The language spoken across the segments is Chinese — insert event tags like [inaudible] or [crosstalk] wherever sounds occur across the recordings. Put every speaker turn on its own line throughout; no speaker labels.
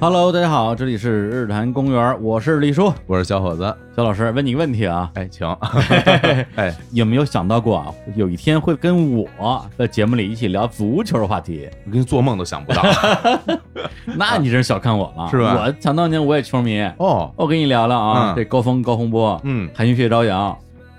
Hello，大家好，这里是日坛公园，我是李叔，
我是小伙子，
小老师问你个问题啊，
哎，
[laughs]
请，哎，
有没有想到过啊，有一天会跟我在节目里一起聊足球的话题？
我跟你做梦都想不到
那你真是小看我了，
[laughs] 是吧
我想当年我也球迷，
[laughs] 哦，
我跟你聊聊啊，
嗯
这高峰高洪波，
嗯，
韩旭、谢朝阳，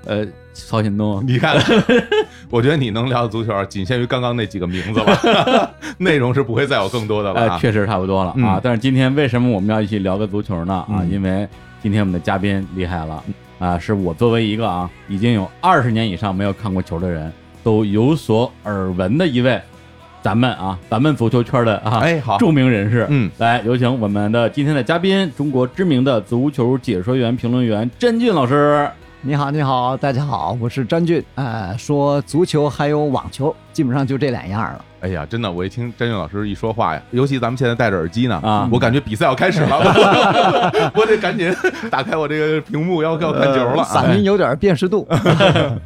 呃，曹显东，
你看， [laughs] 我觉得你能聊的足球仅限于刚刚那几个名字吧， [laughs] 内容是不会再有更多的了、
呃，
啊。
确实差不多了啊
嗯。
但是今天为什么我们要一起聊个足球呢？啊，
嗯
因为今天我们的嘉宾厉害了啊，是我作为一个啊已经有二十年以上没有看过球的人，都有所耳闻的一位，咱们啊，咱们足球圈的啊，
哎，好，
著名人士，
嗯，
来有请我们的今天的嘉宾，中国知名的足球解说员、评论员甄俊老师。
你好，你好，大家好，我是詹俊。呃，说足球还有网球，基本上就这两样了。
哎呀，真的，我一听詹俊老师一说话呀，尤其咱们现在戴着耳机呢，
啊
我感觉比赛要开始了， [laughs] 我得赶紧打开我这个屏幕，要要看球
呃
了。
呃
啊
嗓音有点辨
[laughs]
识度。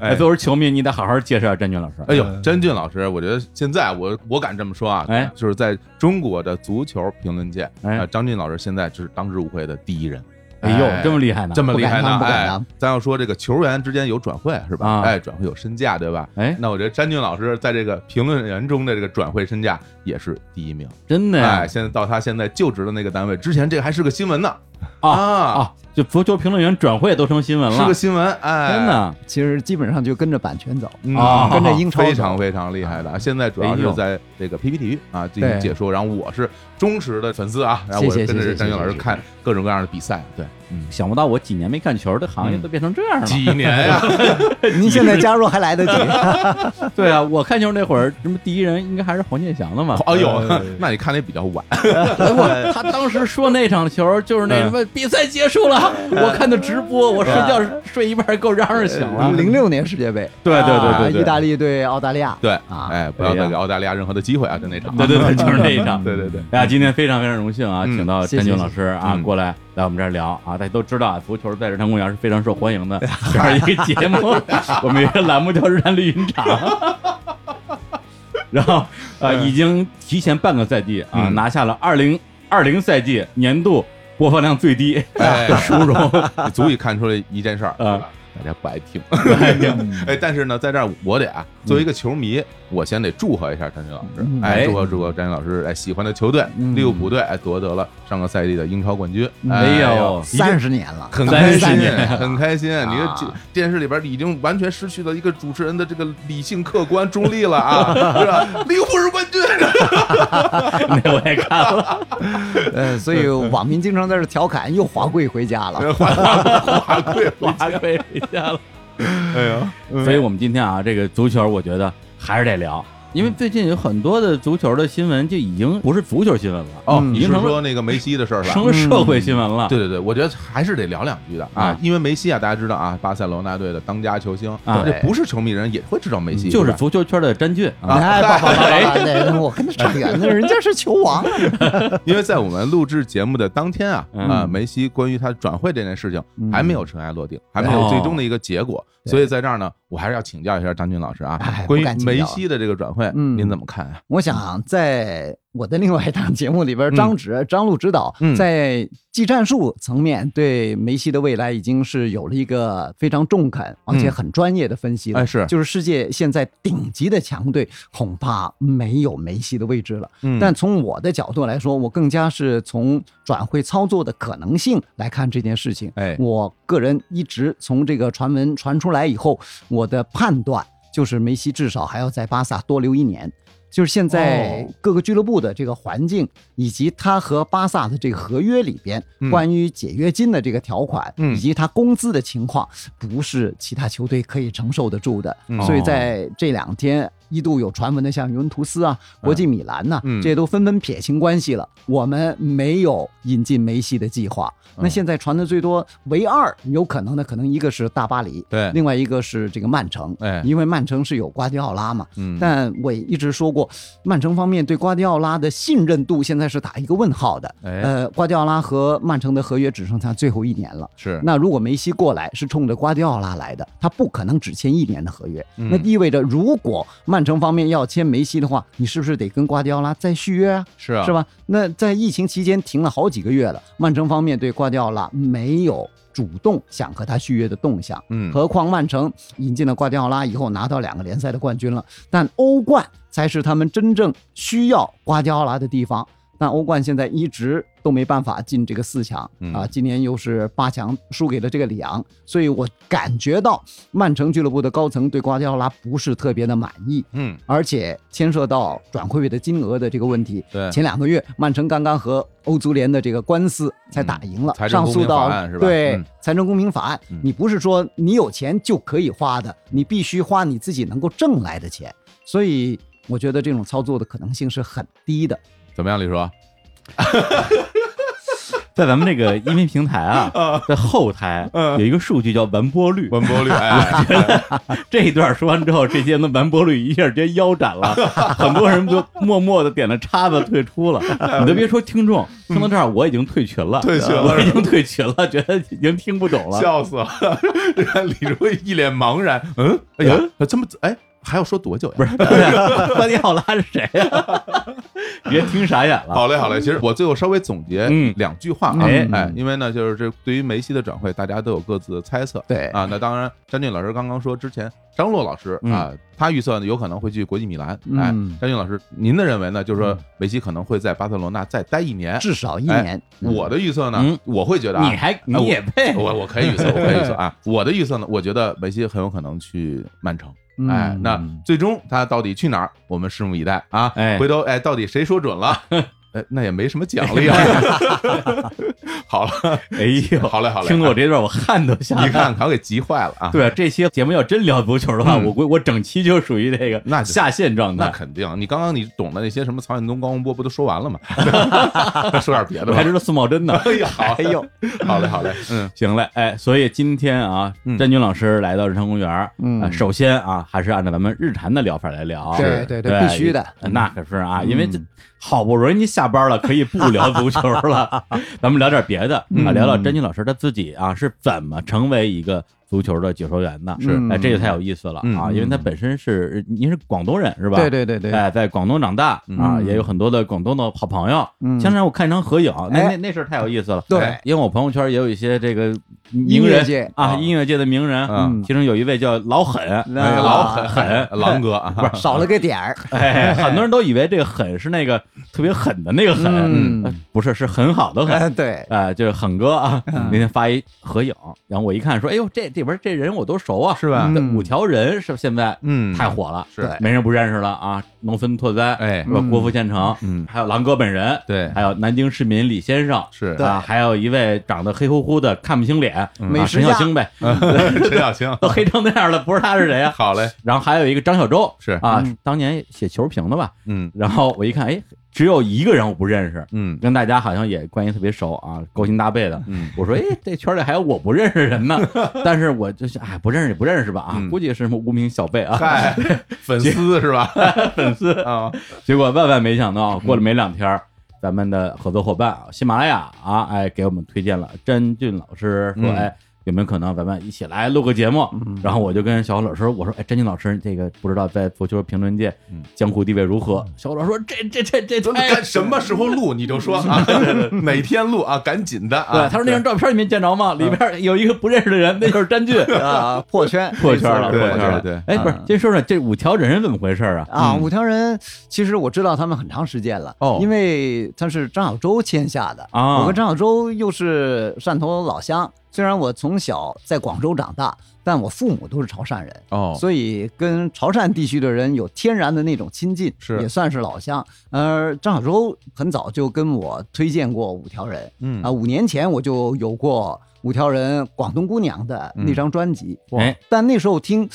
哎
作为球迷，你得好好介绍甄俊老师。
哎呦，詹俊老师，我觉得现在我我敢这么说啊，
哎
就是在中国的足球评论界，
哎
啊张俊老师现在是当之无愧的第一人。
哎呦，这么厉害呢？
这么厉害呢？
不敢当
哎，咱要说这个球员之间有转会是吧？
啊
哎，转会有身价对吧？
哎
那我觉得詹俊老师在这个评论员中的这个转会身价也是第一名。
真的
啊
呀
哎，现在到他现在就职的那个单位，之前这个还是个新闻呢
啊
啊，
啊！就足球评论员转会都成新
啊
闻了，
是个新闻，哎，
真的
其实基本上就跟着版权走，
嗯
啊
跟着英超
非
走
常。非常厉害的，现在主要
哎呦
是在这个 PP 体育啊进行
啊对
解说，然后我是忠实的粉丝啊，然后我
谢谢
跟着
谢谢
詹俊老
谢
师
谢
看各种各样的比赛，对，
想不到我几年没看球，这行业都变成这样了。 [laughs]
几年
[laughs]
呀，
您现在加入还
[laughs]
来得及。
对啊， [laughs] 我看球那会儿，什么第一人应该还是黄健翔的嘛。
哎呦
哎，
那你看的比较晚，
我 [laughs] 他当时说那场球就是那什么比赛结束了，我看的直播，我睡觉睡一半够嚷嚷响了。
零六年世界杯，
对对对
啊
对对
意大利对澳大利亚，
对，
啊
哎，不要再给澳大利亚任何的机会啊，就那场，
[laughs] 对对对，就是那一场。
[laughs] 对对对，
哎呀，今天非常非常荣幸啊，
嗯
请到
谢谢
詹俊老师
谢
啊
谢嗯
过来来我们这儿聊啊。大家都知道啊，足球在日坛公园是非常受欢迎
[laughs]
的这样一个节目，我们有一个栏目叫日坛绿茵场。 [laughs] 然后，呃，
嗯
已经提前半个赛季啊，
嗯
拿下了二零二零赛季年度播放量最低 [laughs]
哎
的殊荣。
你足以看出来一件事儿，
啊
对吧大家不爱听， [laughs] 哎，但是呢，在这儿我得啊，作为一个球迷，我先得祝贺一下詹俊老师，
嗯
哎，
哎
祝贺祝贺詹俊老师，哎，喜欢的球队
嗯
利物浦队，哎，夺得了上个赛季的英超冠军，
哎
哎
呦，
三十年
[laughs]
了，
很开心
三十，年
很开心！你看
啊
这电视里边已经完全失去了一个主持人的这个理性、客观、中立了啊，是吧？利物浦是冠军， [laughs]
那我也看了，
呃，所以网民经常在这调侃，又华贵回家
[laughs]
了。
华华华贵， [laughs]
华贵回家了。
哎呀，嗯
所以我们今天啊，这个足球，我觉得还是得聊，因
嗯
为最近有很多的足球的新闻就已经不是足球新闻了，
哦，
嗯
你是
成了
说那个梅西的事儿是吧嗯
成？了社会新闻了。
对对对，我觉得还是得聊两句的啊
啊，
因为梅西啊，大家知道啊，巴塞罗那队的当家球星，
啊嗯
这不是球迷人也会知道梅西，
就是
吧
足球圈的詹俊啊，
哎，爸爸爸爸，那我跟他扯远了，人家是球王啊。
因为在我们录制节目的当天啊，
嗯
啊，梅西关于他转会这件事情
嗯
还没有尘埃落定，还没有最终的一个结果，
对
所以在这儿呢，我还是要请教一下张军老师啊
哎，
关于
不敢请教
梅西的这个转会，
嗯
您怎么看啊？
我想在我的另外一档节目里
[laughs]
边，张指张璐指导
嗯
在技战术层面对梅西的未来已经是有了一个非常中肯而且很专业的分析
嗯
了。
哎，是，
就是世界现在顶级的强队恐怕没有梅西的位置了。
嗯
但从我的角度来说，我更加是从转会操作的可能性来看这件事情。
哎
我个人一直从这个传闻传出来以后，我的判断就是梅西至少还要在巴萨多留一年。就是现在
哦
各个俱乐部的这个环境，以及他和巴萨的这个合约里边
嗯
关于解约金的这个条款，
嗯
以及他工资的情况，不是其他球队可以承受得住的。
嗯
所以
哦
在这两天一度有传闻的，像尤文图斯啊、国际米兰呐、
嗯
这些都纷纷撇清关系了。我们没有引进梅西的计划。那
嗯
现在传的最多唯二有可能的，可能一个是大巴黎，
对
另外一个是这个曼城，
哎
因为曼城是有瓜迪奥拉嘛。
嗯，
但我也一直说过，曼城方面对瓜迪奥拉的信任度现在是打一个问号的。
哎
呃，瓜迪奥拉和曼城的合约只剩下最后一年了。
是，
那如果梅西过来是冲着瓜迪奥拉来的，他不可能只签一年的合约。
嗯
那意味着，如果曼曼城方面要签梅西的话，你是不是得跟瓜迪奥拉再续约啊？
是啊，
是？吧？那在疫情期间停了好几个月了，曼城方面对瓜迪奥拉没有主动想和他续约的动向。
嗯，
何况曼城引进了瓜迪奥拉以后，拿到两个联赛的冠军了，但欧冠才是他们真正需要瓜迪奥拉的地方。但欧冠现在一直都没办法进这个四强
嗯
啊，今年又是八强输给了这个里昂，所以我感觉到曼城俱乐部的高层对瓜迪奥拉不是特别的满意，
嗯，
而且牵涉到转会费的金额的这个问题。
对，
前两个月，曼城刚刚和欧足联的这个官司才打赢了，
嗯财政
上
公
诉
平
到
法案是吧
对、
嗯
财政公平法案、
嗯
你不是说你有钱就可以花的，你必须花你自己能够挣来的钱，所以我觉得这种操作的可能性是很低的。
怎么样，李叔？
在咱们这个音频平台
[laughs]
啊，在后台
嗯
有一个数据叫完播率，
文博率，哎，对
这一段说完之后，这些人的完播率一下直接腰斩
[laughs]
了，很多人就默默的点了叉子退出
[laughs]
了。你都别说听众，听到这儿我已经退群了，
嗯退群了
我已经退群了，觉得已经听不懂了。
笑死了。 [laughs] 李叔一脸茫然，嗯，哎呀，这么哎，还要说多久呀？ [laughs]
不是，瓜迪奥拉是谁呀？ [laughs] 别听傻眼了。
好嘞，好嘞。其实我最后稍微总结
嗯
两句话啊，
哎
哎，因为呢，就是这对于梅西的转会，大家都有各自的猜测。
对
啊，那当然，詹俊老师刚刚说之前，张洛老师
嗯
啊，他预测呢有可能会去国际米兰。哎
嗯，
詹俊老师，您的认为呢？就是说梅西可能会在巴塞罗那再待一年。
至少一
哎
年。嗯
我的预测呢
嗯，
我会觉得啊
你，还你也配？
我我可以预测，我可以预测啊。我的预测呢，我觉得梅西很有可能去曼城。哎，
嗯
那最终他到底去哪儿？我们拭目以待啊！
哎
回头哎，到底谁说准了？哎，那也没什么奖励啊。好了，
哎呦，
好嘞，好嘞，
听得我这段我汗都下来了。
你看，看我给急坏了 [laughs] 啊！，
对啊，这期节目要真聊足球的话，
嗯
我估我整期就属于这个
那就
下线状
那
态。
肯定。你刚刚你懂的那些什么曹远东、高洪波不都说完了吗？说点别的
我还
吧。
知道宋茂珍呢。
[laughs] 哎呀，好，
哎呦，
好嘞，好嘞，嗯，
行嘞，哎，所以今天啊
嗯，
詹军老师来到日常公园儿，
嗯
啊首先啊，还是按照咱们日常的聊法来聊，
对对对必须的
呃那可是啊，
嗯
因为这好不容易下班了，可以不聊足球
[laughs]
了，咱们聊点别的
嗯
啊，聊聊詹军老师他自己啊是怎么成为一个足球的解说员的，
是
哎，这个太有意思了啊，
嗯
因为他本身是呃您是广东人是吧？
对对对对，
哎，在广东长大啊，
嗯
也有很多的广东的好朋友。
嗯
前两天我看一张合影，那
哎
那那事儿太有意思了。
对
哎因为我朋友圈也有一些这个名人
音乐界
啊，
啊
音乐界的名人，
嗯
其中有一位叫老狠，
那
哎老狠
啊
狠，
狼哥啊，不
少了个点
[laughs]
儿。
哎，很多人都以为这个狠是那个特别狠的那个狠，
嗯
呃不是，是很好的狠。
哎 [laughs] 嗯对，
哎，就是狠哥啊，那天发一合影，然后我一看说，哎呦，这里边这人我都熟啊，
是吧
这
嗯
五条人是现在
嗯，
太火了，
是
对
没人不认识了啊！农村拓哉，
哎
是吧？
嗯
国富县城，
嗯
还有狼哥本人，
对
还有南京市民李先生，
是 [laughs]
对嗯
啊，还有一位长得黑乎乎的看不清脸，
美
啊
食
陈
家
小青呗，
陈小青，
都黑成那样了，不是他是
[laughs]
谁呀？啊
好嘞，
然后还有一个张小舟，
是
啊
嗯，
当年写球评的吧？
嗯
然后我一看，哎，只有一个人我不认识，
嗯
跟大家好像也关系特别熟啊，勾心搭背的。
嗯，
我说，哎，这圈里还有我不认识
[laughs]
人呢，但是我就是，哎，不认识也不认识吧啊
嗯，
估计是什么无名小
[laughs]
辈啊，
嗨，哎粉丝是吧？
粉丝
啊，
结果万万没想到，
嗯
过了没两天儿，咱们的合作伙伴啊，喜马拉雅啊，哎，给我们推荐了詹俊老师，说
嗯
哎。有没有可能咱们一起来录个节目？然后我就跟小何老师说：“我说，哎，詹俊老师，这个不知道在足球评论界
嗯
江湖地位如何？”小何老师说：“这这这这
都
太……
干什么时候录你就说啊，哪天录啊，赶紧的
对，
啊。
他说那张照片你没见着
嗯
吗？里边有一个不认识的人，那就是詹
[laughs]
俊，
啊，破圈
破圈了，破
对
圈了。
对
哎，不是
嗯，
先说说这五条人是怎么回事啊？
啊，
嗯
五条人其实我知道他们很长时间了，
哦
因为他是张小舟签下的
啊
我跟张小舟又是汕头老乡，虽然我从小在广州长大，但我父母都是潮汕人。
哦
所以跟潮汕地区的人有天然的那种亲近，
是
也算是老乡。而张小舟很早就跟我推荐过五条人，
嗯
啊，五年前我就有过五条人《广东姑娘》的那张专辑，
嗯
哇
哎，
但那时候听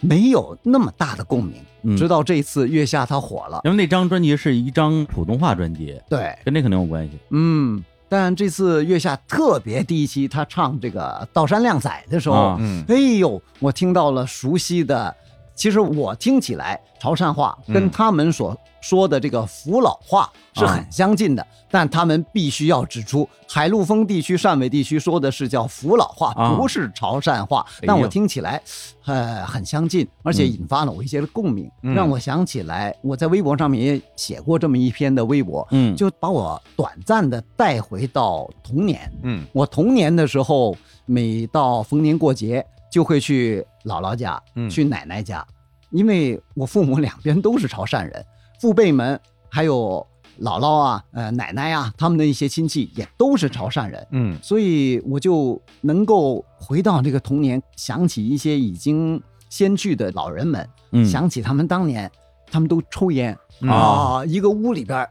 没有那么大的共鸣，
嗯
直到这次月下他火了，
因为那张专辑是一张普通话专辑，
对，
跟这肯定有关系。
嗯，但这次月下特别第一期他唱这个《道山靓仔》的时候，
啊
嗯
哎呦，我听到了熟悉的其实我听起来潮汕话跟他们所说的这个福佬话
嗯
是很相近的，但他们必须要指出，海陆丰地区、汕尾地区说的是叫福佬话，
啊
不是潮汕话。
哎呦
但我听起来，呃，很相近，而且引发了我一些共鸣，
嗯
让我想起来我在微博上面也写过这么一篇的微博，
嗯
就把我短暂的带回到童年。
嗯
我童年的时候，每到逢年过节就会去姥姥家，
嗯
去奶奶家，因为我父母两边都是潮汕人，父辈们还有姥姥啊、呃奶奶啊，他们的一些亲戚也都是潮汕人，
嗯
所以我就能够回到这个童年，想起一些已经先去的老人们，
嗯
想起他们当年，他们都抽烟
嗯
啊，一个屋里边儿，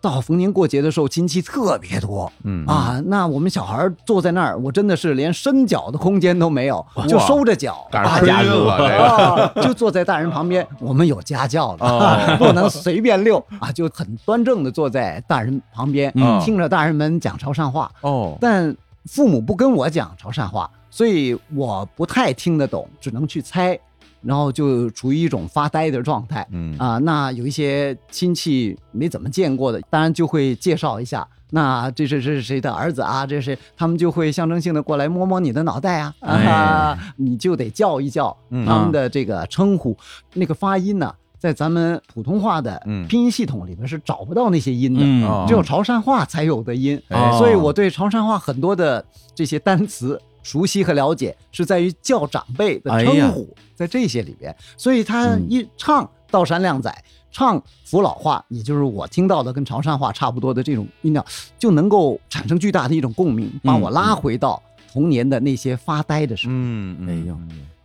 到逢年过节的时候，亲戚特别多，
嗯
啊，那我们小孩儿坐在那儿，我真的是连伸脚的空间都没有，就收着脚，
赶上
啊
春运了，这个
啊，就坐在大人旁边，我们有家教的，
哦
[laughs] 不能随便溜啊，就很端正的坐在大人旁边，
嗯
听着大人们讲潮汕话，
哦，
但父母不跟我讲潮汕话，所以我不太听得懂，只能去猜，然后就处于一种发呆的状态。
嗯
啊、那有一些亲戚没怎么见过的，当然就会介绍一下。那这是这是谁的儿子啊？这是他们就会象征性的过来摸摸你的脑袋啊，
哎
啊，你就得叫一叫
嗯
他们的这个称呼，那个发音呢、在咱们普通话的
嗯
拼音系统里面是找不到那些音的，啊
嗯
哦
只有潮汕话才有的音。
哎
所以我对潮汕话很多的这些单词熟悉和了解，是在于叫长辈的
哎呀
称呼，在这些里边。所以他
嗯
一唱道山靓仔，唱福佬话，也就是我听到的跟潮汕话差不多的这种音调，就能够产生巨大的一种共鸣，把我拉回到童年的那些发呆的
[laughs]
时候。
嗯嗯
哎呦，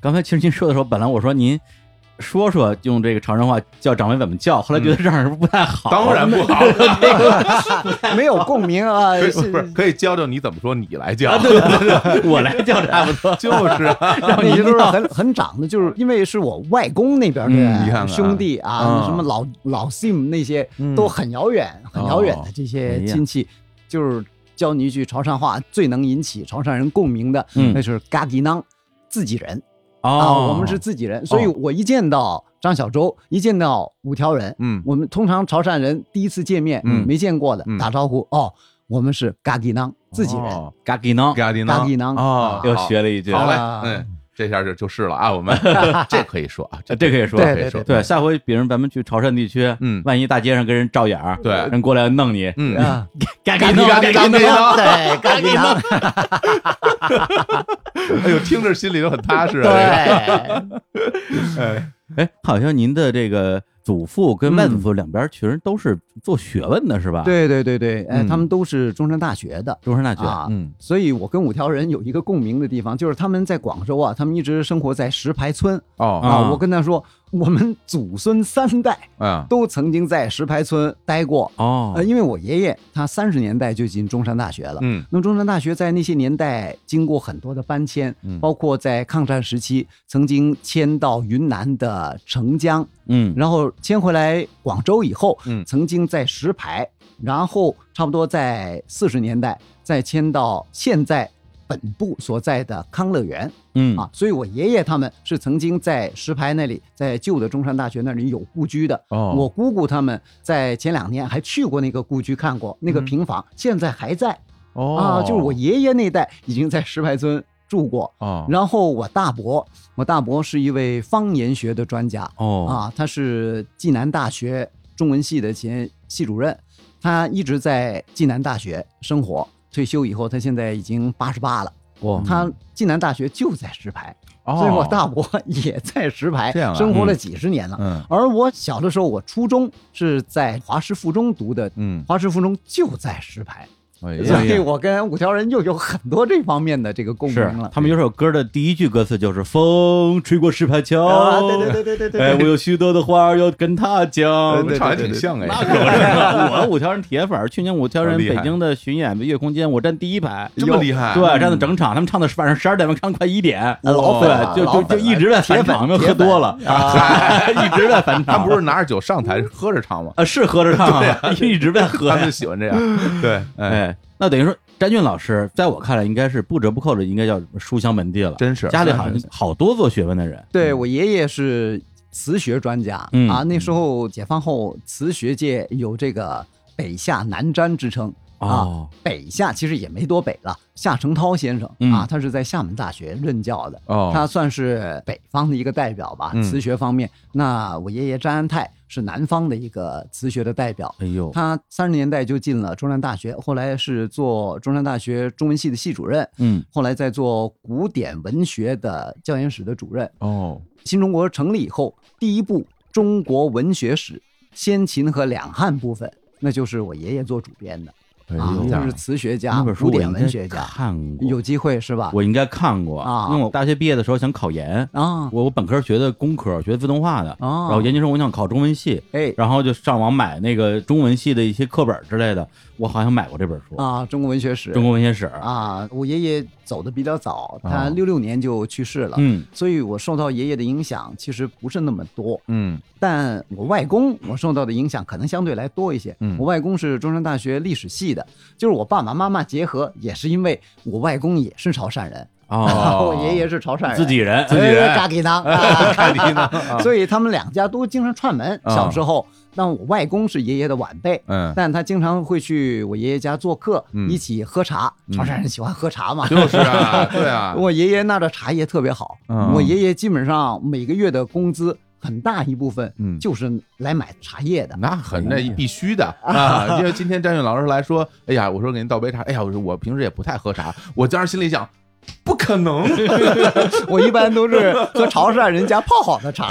刚才其实您说的时候，本来我说您说说用这个潮汕话叫长辈怎么叫，后来
嗯
觉得这样是不是不太好？
当然不好，
没有共鸣啊，
可以
是
不是可以教教你怎么说，你来教，
我来叫差
[laughs]
不多。
[laughs] 就是啊
让
那
你
些都是
尿
很很长的，就是因为是我外公那边
嗯
你看看啊
的兄弟啊，
嗯
什么老老 sim 那些
嗯
都很遥远、很遥远的这些亲戚，哦哎就是教你一句潮汕话，最能引起潮汕人共鸣的，
嗯
那就是嘎吉囊，自己人啊，
哦，
我们是自己人，所以我一见到张小周，一见到五条人，
嗯
我们通常潮汕人第一次见面
嗯
没见过的
嗯
打招呼，哦，我们是嘎吉囊，自己人，
哦
嘎吉囊，
嘎迪
嘎啊吉
囊，
囊
哦
又学了一句。
好嘞
啊，
嗯，这下就就是了啊，我们这可以说啊，
这这可以说，
可
对
以
对
说
对
对，下回比如咱们去潮汕地区，
嗯
万一大街上跟人照眼儿，
对
人过来弄你，
嗯，
啊。
嘎
嘎
弄，嘎
嘎嘎
弄，
嘎囊，
对，咖喱汤，
哎呦，听着心里都很踏实啊，
对，
这个哎，
哎，好像您的这个祖父跟外祖父两边其实都是做学问的，是吧？，
嗯对对对对，哎，
嗯
他们都是中山大学的
中山大学，
啊，
嗯
所以我跟五条人有一个共鸣的地方，就是他们在广州啊，他们一直生活在石排村
哦
啊
啊。我跟他说，我们祖孙三代
啊，
都曾经在石排村待过，
哦
呃，，因为我爷爷他三十年代就进中山大学了，
嗯
那么中山大学在那些年代经过很多的搬迁，
嗯
包括在抗战时期曾经迁到云南的澄江，
嗯，
然后迁回来广州以后，
嗯
曾经在石牌，然后差不多在四十年代再迁到现在本部所在的康乐园
嗯，
啊，所以我爷爷他们是曾经在石牌那里，在旧的中山大学那里有故居的。
哦
我姑姑他们在前两年还去过那个故居看过那个平房，现在还在
嗯哦
啊，就是我爷爷那代已经在石牌村住过。
哦，
然后我大伯，我大伯是一位方言学的专家，
哦，
啊，他是暨南大学中文系的前系主任，他一直在暨南大学生活。退休以后，他现在已经八十八了。
我
他暨南大学就在石牌，
哦
所以我大伯也在石牌
这样啊
生活了几十年了。
嗯
而我小的时候，我初中是在华师附中读的，
嗯，
华师附中就在石牌，
哎
呀
所以我跟五条人又有很多这方面的这个共鸣
是
了。
他们有首歌的第一句歌词就是“风吹过石牌桥”，
啊，对对对对对对，
哎，我有许多的话儿要跟他讲。
唱还挺像哎，
那可 [laughs] 不是啊，我五条人铁粉儿，去年五条人
哦厉害
北京的巡演的月空间，我站第一排，
这么厉害
对，站的整场，他们唱到晚上十二点半，看快一点，
老粉了
对，就
老
就
粉
就
了
一直在返
铁粉
场，因为喝
铁粉
多了， [laughs] 一直在返
他
场，
不是拿着酒上台喝着 [laughs] 唱吗？
啊，是喝着唱，一直在喝
他们
呀
就。喜欢这样， [laughs] 对，哎，
哎，那等于说詹俊老师，在我看来应该是不折不扣的，应该叫书香门第了，
真是
家里好像好多做学问的人，
对我爷爷是词学专家、
嗯
啊。那时候解放后，词学界有这个“北下南瞻”之称啊。
哦
北下其实也没多北了，夏承焘先生、
嗯
啊，他是在厦门大学任教的，
哦
他算是北方的一个代表吧，
嗯
词学方面。那我爷爷张安泰是南方的一个词学的代表，
哎呦，
他三十年代就进了中山大学，后来是做中山大学中文系的系主任，
嗯
后来再做古典文学的教研室的主任。
哦，
新中国成立以后，第一部中国文学史先秦和两汉部分，那就是我爷爷做主编的
哎
啊
呦，，
他是词学家、
那本书我
古典
应该
文学家，
看过，
有机会是吧？
我应该看过
啊
因为我大学毕业的时候想考研，
啊，
我我本科学的工科，学的自动化的，
哦
然后研究生我想考中文系，
哎
然后就上网买那个中文系的一些课本之类的，我好像买过这本书《
啊，中国文学史
中国文学史》
啊，我爷爷走的比较早，
啊
他六六年就去世了。
嗯
所以我受到爷爷的影响其实不是那么多，
嗯
但我外公我受到的影响可能相对来多一些。
嗯
我外公是中山大学历史系的，就是我爸爸妈妈结合，也是因为我外公也是潮汕人，
哦
我爷爷是潮汕
[laughs]
人，哎
自己人，
自己人嘎给当，啊
凯蒂呢？
[laughs] 所以他们两家都经常串门。
啊
小时候，那我外公是爷爷的晚辈，
[laughs] 嗯，
但他经常会去我爷爷家做客，
嗯
一起喝茶。
嗯
潮汕人喜欢喝茶嘛，
就是 [laughs] 啊，对啊，
我爷爷那的茶叶特别好，
嗯
我爷爷基本上每个月的工资很大一部分
嗯
就是来买茶叶的。
那很那必须 [laughs] 的啊！因为今天张俊老师来说，哎呀，我说给您倒杯茶，哎呀，我说我平时也不太喝茶，我当时心里想，不可能，
我一般都是喝潮汕人家泡好的
[laughs]
茶。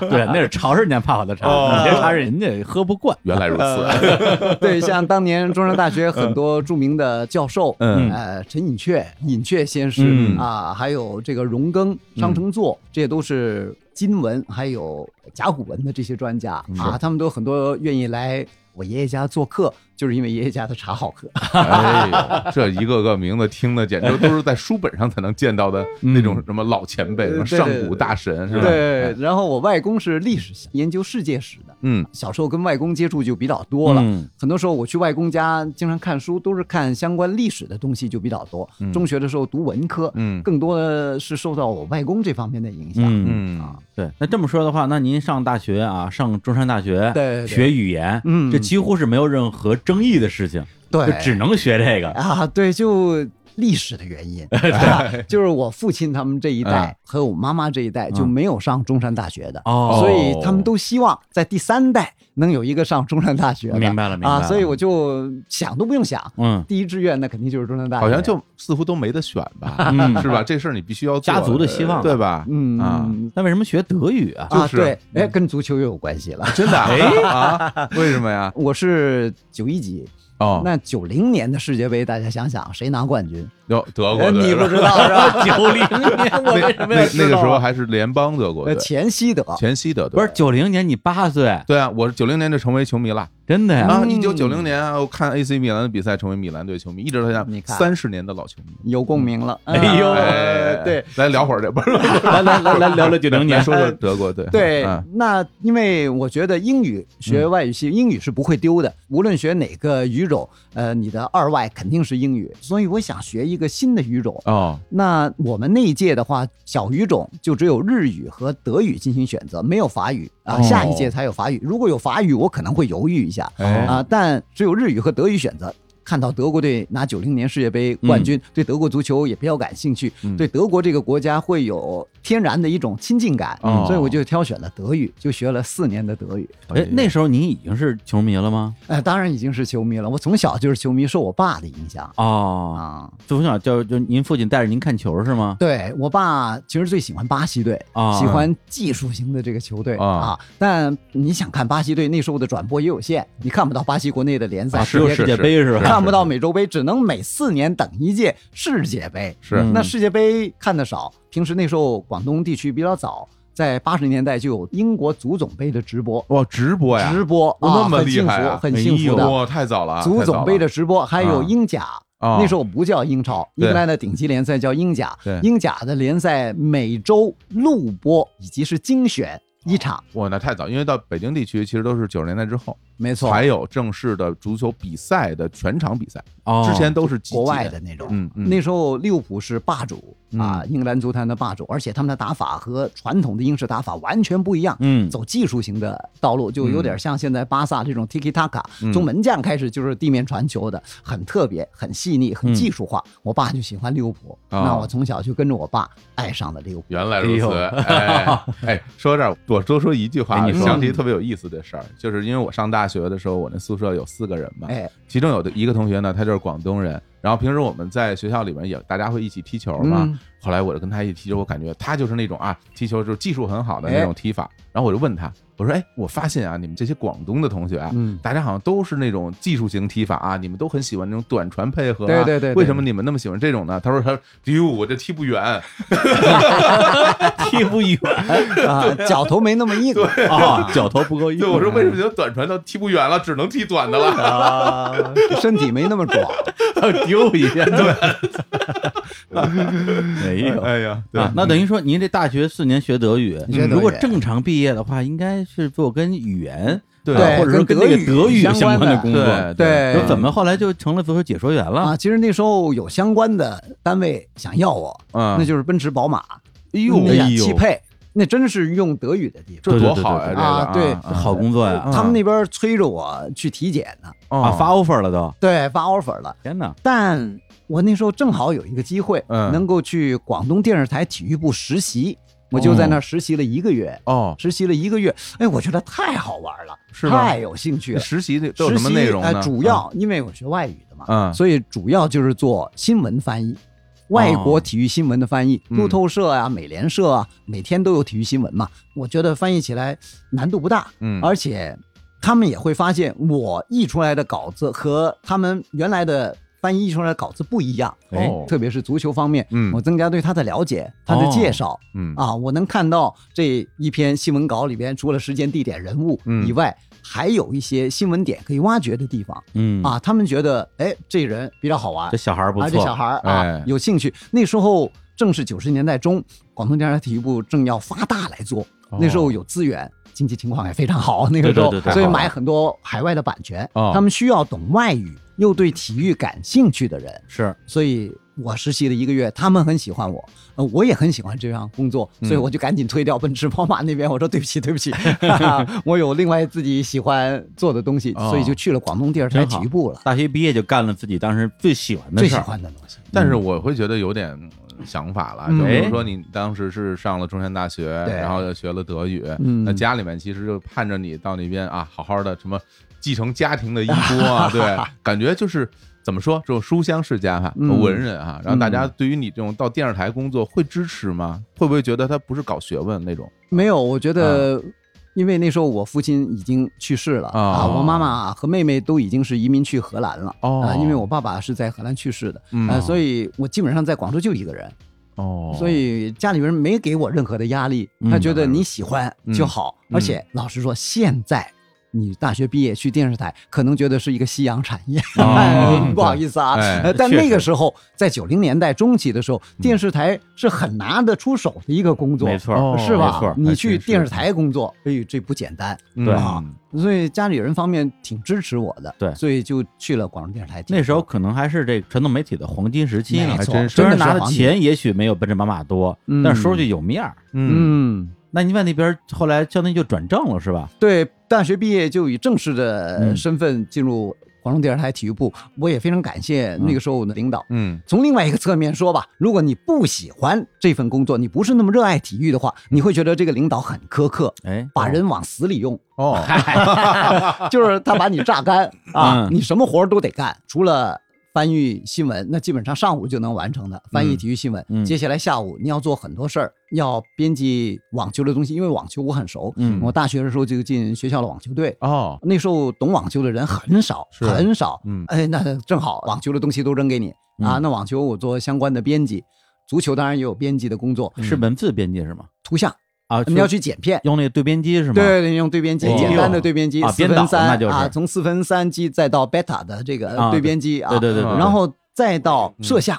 对，那是潮人家泡的茶，
哦
你这茶人家喝不惯。
[laughs] 原来如此，
对，像当年中山大学很多著名的教授，
嗯
呃，陈寅恪、寅恪先师
嗯
啊，还有这个荣庚、
嗯
商承祚，这些都是金文还有甲骨文的这些专家
嗯
啊，他们都很多愿意来我爷爷家做客，就是因为爷爷家的茶好喝。
[laughs] 哎呦，这一个个名字听的简直都是在书本上才能见到的那种什么老前辈、什么上古大神，是吧？
哎
对，然后我外公是历史系研究世界史的，
嗯
小时候跟外公接触就比较多了。
嗯
很多时候我去外公家，经常看书，都是看相关历史的东西就比较多。
嗯
中学的时候读文科，
嗯
更多的是受到我外公这方面的影响。
嗯，
嗯
啊，
对。那这么说的话，那您上大学啊，上中山大学，
对对
学语言，
嗯
这几乎是没有任何争议的事情，就
对，
只能学这个。
啊，对，就历史的原
[laughs]
因，啊就是我父亲他们这一代和我妈妈这一代就没有上中山大学的，
嗯哦
所以他们都希望在第三代能有一个上中山大学的。
明白了明白了
啊，所以我就想都不用想，
嗯
第一志愿那肯定就是中山大学。
好像就似乎都没得选吧，
[laughs] 嗯
是吧？这事儿你必须要做
家族的希望
对吧？
嗯
啊，
那为什么学德语
[laughs]
啊？
啊，
就是
对，哎，跟足球又有关系了。 [laughs]
真的
哎
啊？ [laughs] 啊为什么呀？
我是九一级，
哦，
那九零年的世界杯，大家想想谁拿冠军？
哟，德国
哎
队
你不
了
知道是
[laughs]
吧？
九零年，我为什么要
那那那个
知
时
道
候
啊
还是联邦德国
呃，
队，
前西德
前西德队，
不是九零年，你八岁，
对啊，我是九零年就成为球迷了
真的呀？
啊！
嗯
一九九零年啊我看 AC 米兰的比赛，成为米兰队球迷，一直到
你
现在
看
三十年的老球迷。
有共鸣了。
哎呦
嗯
哎，
对，，呃
来聊会儿这
[laughs]
不是
[laughs] 来来来来聊聊九零
来
年，
说说德国队，
对
嗯，
那因为我觉得英语学外语系，英语是不会丢
嗯
的，无论学哪个语种，呃，你的二外肯定是英语，所以我想学一个新的语种。
哦，
那我们那一届的话，小语种就只有日语和德语进行选择，没有法语啊、
哦
下一届才有法语。如果有法语，我可能会犹豫一下啊、
哎
但只有日语和德语选择。看到德国队拿九零年世界杯冠军，对德国足球也比较感兴趣，
嗯
对德国这个国家会有天然的一种亲近感，
哦
所以我就挑选了德语，就学了四年的德语。
哎，那时候你已经是球迷了吗？
呃，当然已经是球迷了，我从小就是球迷，受我爸的影响
哦，
啊。
从小就就您父亲带着您看球是吗？
对我爸其实最喜欢巴西队，
啊
喜欢技术型的这个球队
啊
啊但你想看巴西队那时候的转播也有限，你看不到巴西国内的联赛，
啊，
也
只有世界杯是吧？
看不到美洲杯，只能每四年等一届世界杯。
是
嗯
那世界杯看的少，平时那时候广东地区比较早，在八十年代就有英国足总杯的直播，
哇，直播呀，
直播
哦
啊
那么厉害啊
很幸福，很幸福的。
哇，太早了啊，太
足
早
总
了
杯的直播，还有
啊
英甲。
哦
那时候不叫英超，
对
英格兰的顶级联赛叫英甲
对。
英甲的联赛每周录播以及是精选一场，
哇，那太早，因为到北京地区其实都是九十年代之后
没错，
才有正式的足球比赛的全场比赛，
哦
之前都是集
国
锦
外的，那种。
嗯嗯，
那时候利物浦是霸主啊，英格兰足坛的霸主，而且他们的打法和传统的英式打法完全不一样。
嗯
走技术型的道路，就有点像现在巴萨这种 tiki taka，、从
嗯
门将开始就是地面传球的，很特别、很细腻、很技术化。我爸就喜欢利物浦，
嗯哦
那我从小就跟着我爸爱上了利物浦。
原来如此，
哎
哎 [laughs] 哎，说到这儿，我多说一句话，
哎你说
想起特别有意思的事儿，就是因为我上大学的时候，我那宿舍有四个人嘛，
哎，
其中有的一个同学呢，他就是广东人，然后平时我们在学校里面也大家会一起踢球嘛，
嗯
后来我就跟他一起踢球，我感觉他就是那种啊，踢球就是技术很好的
哎
那种踢法，然后我就问他，我说，哎，我发现啊，你们这些广东的同学啊，
嗯，
大家好像都是那种技术型踢法啊，你们都很喜欢那种短传配合、啊。
对对对对
为什么你们那么喜欢这种呢？他说他，哟，我这踢不
哎
远，
踢不远
[laughs] 啊，脚头没那么硬
[laughs]
啊，脚头不够硬。
对，我说为什么你们短传都踢不远了，只能踢短的了？
啊，身体没那么壮。
丢一下？对， [laughs] 哎呦。
哎呀，对，
啊，那等于说您这大学四年学德语，
学德语
如果正常毕业的话，应该是做跟语言
对
啊或者说
跟
那个
德
德
语
语
相
相
关
关
的
工作。
对
对
那怎么后来就成了足球解说员了？
啊，其实那时候有相关的单位想要我，
嗯
那就是奔驰、宝马，哎
呦哎呦
汽配，那真是用德语的地方。
这多好呀！
对对
这个啊
对啊对
这啊好工作呀！
他们那边催着我去体检呢，
啊，
啊
发 offer 了都！
对，发 offer 了。
天哪！
但我那时候正好有一个机会，
嗯
能够去广东电视台体育部实习，我就在那儿实习了一个月。
哦，
实习了一个月，哎，我觉得太好玩了，
是吗
太有兴趣了。
实习的都有什么内容
实习
呢？啊
呃主要因为我学外语的嘛，
嗯哦
所以主要就是做新闻翻译，外国体育新闻的翻译，
嗯
路透社啊、美联社啊，每天都有体育新闻嘛。我觉得翻译起来难度不大，
嗯，
而且他们也会发现我译出来的稿子和他们原来的翻译译出来的稿子不一样。
哎
哦
特别是足球方面，
嗯
我增加对他的了解，他的介绍，
嗯
啊，我能看到这一篇新闻稿里边，除了时间、地点、人物
嗯
以外，还有一些新闻点可以挖掘的地方
嗯，
啊。他们觉得，哎，这人比较好玩
这，小孩儿不
啊，这
错，
小孩儿啊
哎
有兴趣。那时候正是九十年代中，广东电视台体育部正要发大来做，那时候有资源。经济情况也非常好，那个时候，
哦对对对对
所以
好
买很多海外的版权。
哦
他们需要懂外语又对体育感兴趣的人，
是
所以我实习了一个月，他们很喜欢我，呃，我也很喜欢这项工作，
嗯
所以我就赶紧推掉奔驰、宝马那边，我说对不起，对
[laughs]
不起， [laughs] 哈哈我有另外自己喜欢做的东西，
哦
所以就去了广东电视台
真好
体育部了，
大学毕业就干了自己当时最喜欢的
最
事
喜
儿，
欢的东西。
但是我会觉得有点嗯想法了，
嗯
就比如说你当时是上了中山大学，
对
然后又学了德语，
嗯
那家里面其实就盼着你到那边啊，好好的什么继承家庭
[laughs]
的衣钵啊，对，感觉就是。怎么说？这种书香世家哈，
嗯
文人哈，然后大家对于你这种到电视台工作会支持吗？会不会觉得他不是搞学问那种？
没有，我觉得。因为那时候我父亲已经去世了、
哦
啊，我妈妈和妹妹都已经是移民去荷兰了
哦
啊，因为我爸爸是在荷兰去世的，
嗯
呃，所以我基本上在广州就一个人，
哦
所以家里人没给我任何的压力，
嗯
他觉得你喜欢就好。
嗯
而且老实说，现在你大学毕业去电视台，可能觉得是一个夕阳产业，
哦
[laughs] 不好意思啊。
哎
呃但
确实
那个时候，在九零年代中期的时候，电视台是很拿得出手的一个工作，
没错
哦
儿，
是
没
吧
错儿？哎
你去
还真是
电视台工作，哎呦，这不简单
嗯
对
啊！所以家里人方面挺支持我的，
对
所以就去了广州电视台。
那时候可能还是这传统媒体的黄金时期呢
没，
还
错，
真是
虽
真
然
是
拿的
黄金，
钱也许没有奔驰宝马多，
嗯
但是说出去有面儿。
嗯，
嗯。
那您在那边后来相当于就转正了是吧？
对，大学毕业就以正式的
嗯
身份进入广东电视台体育部，我也非常感谢那个时候的领导。
嗯，
从另外一个侧面说吧，如果你不喜欢这份工作，你不是那么热爱体育的话，你会觉得这个领导很苛刻，
哎，
把人往死里用，
哦，
[laughs]
就是他把你榨干啊，
嗯
你什么活儿都得干，除了。翻译新闻，那基本上上午就能完成的。翻译体育新闻，
嗯
接下来下午你要做很多事儿，要编辑网球的东西，因为网球我很熟。
嗯
我大学的时候就进学校的网球队，
哦，
那时候懂网球的人很少，
是
很少。
嗯
哎，那正好，网球的东西都扔给你啊。
嗯
那网球我做相关的编辑，足球当然也有编辑的工
嗯
作，
是文字编辑是吗？
图像
呃
啊，
你要去剪片。
用那个对编机是吗？，
对，用对编机，
哦
简单的对编机，
啊
四
编导
分三
那就是
啊，从四分三机再到 beta 的这个
啊
对编机啊，
对对对对
然后再到摄像，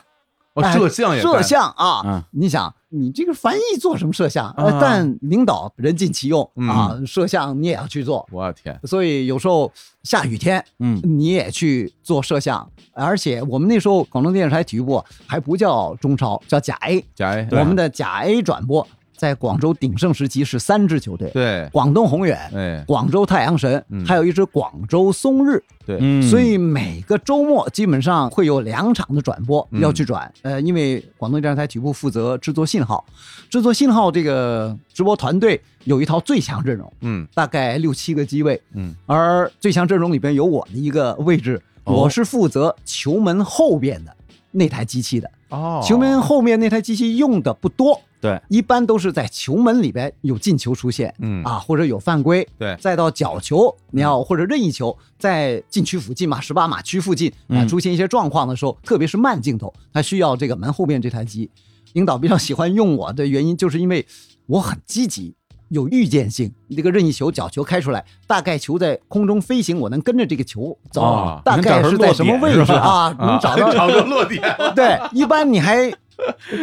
嗯哦，
哎
摄像也
摄
干
像啊，
嗯
你想你这个翻译做什么摄像？呃
啊
但领导人尽其用
嗯
啊，摄像你也要去做。
我天，
所以有时候下雨天，
嗯
你也去做摄像，而且我们那时候广东电视台体育部还不叫中超，叫甲 A，
贾一，
啊
我们的甲 A 转播在广州鼎盛时期是三支球队：
对，
广东宏远、
哎，
广州太阳神，
嗯
还有一支广州松日。
对，
嗯，
所以每个周末基本上会有两场的转播
嗯
要去转。呃，因为广东电视台体育部负责制作信号，制作信号这个直播团队有一套最强阵容，
嗯
大概六七个机位，
嗯，
而最强阵容里边有我的一个位置，
哦
我是负责球门后边的那台机器的。
哦，
球门后面那台机器用的不多，
对，
一般都是在球门里边有进球出现，
嗯
啊，或者有犯规，
对
再到角球，
嗯
你要或者任意球，在禁区附近嘛，十八码区附近啊，
嗯
出现一些状况的时候，特别是慢镜头，它需要这个门后面这台机。领导比较喜欢用我的原因，就是因为我很积极，有预见性。这个任意球、角球开出来，大概球在空中飞行，我能跟着这个球走，
哦
大概是在什么位
能
置
找着落点是吧 [laughs]
啊？能找到
啊找着落
[laughs]
点了，
对，一般你还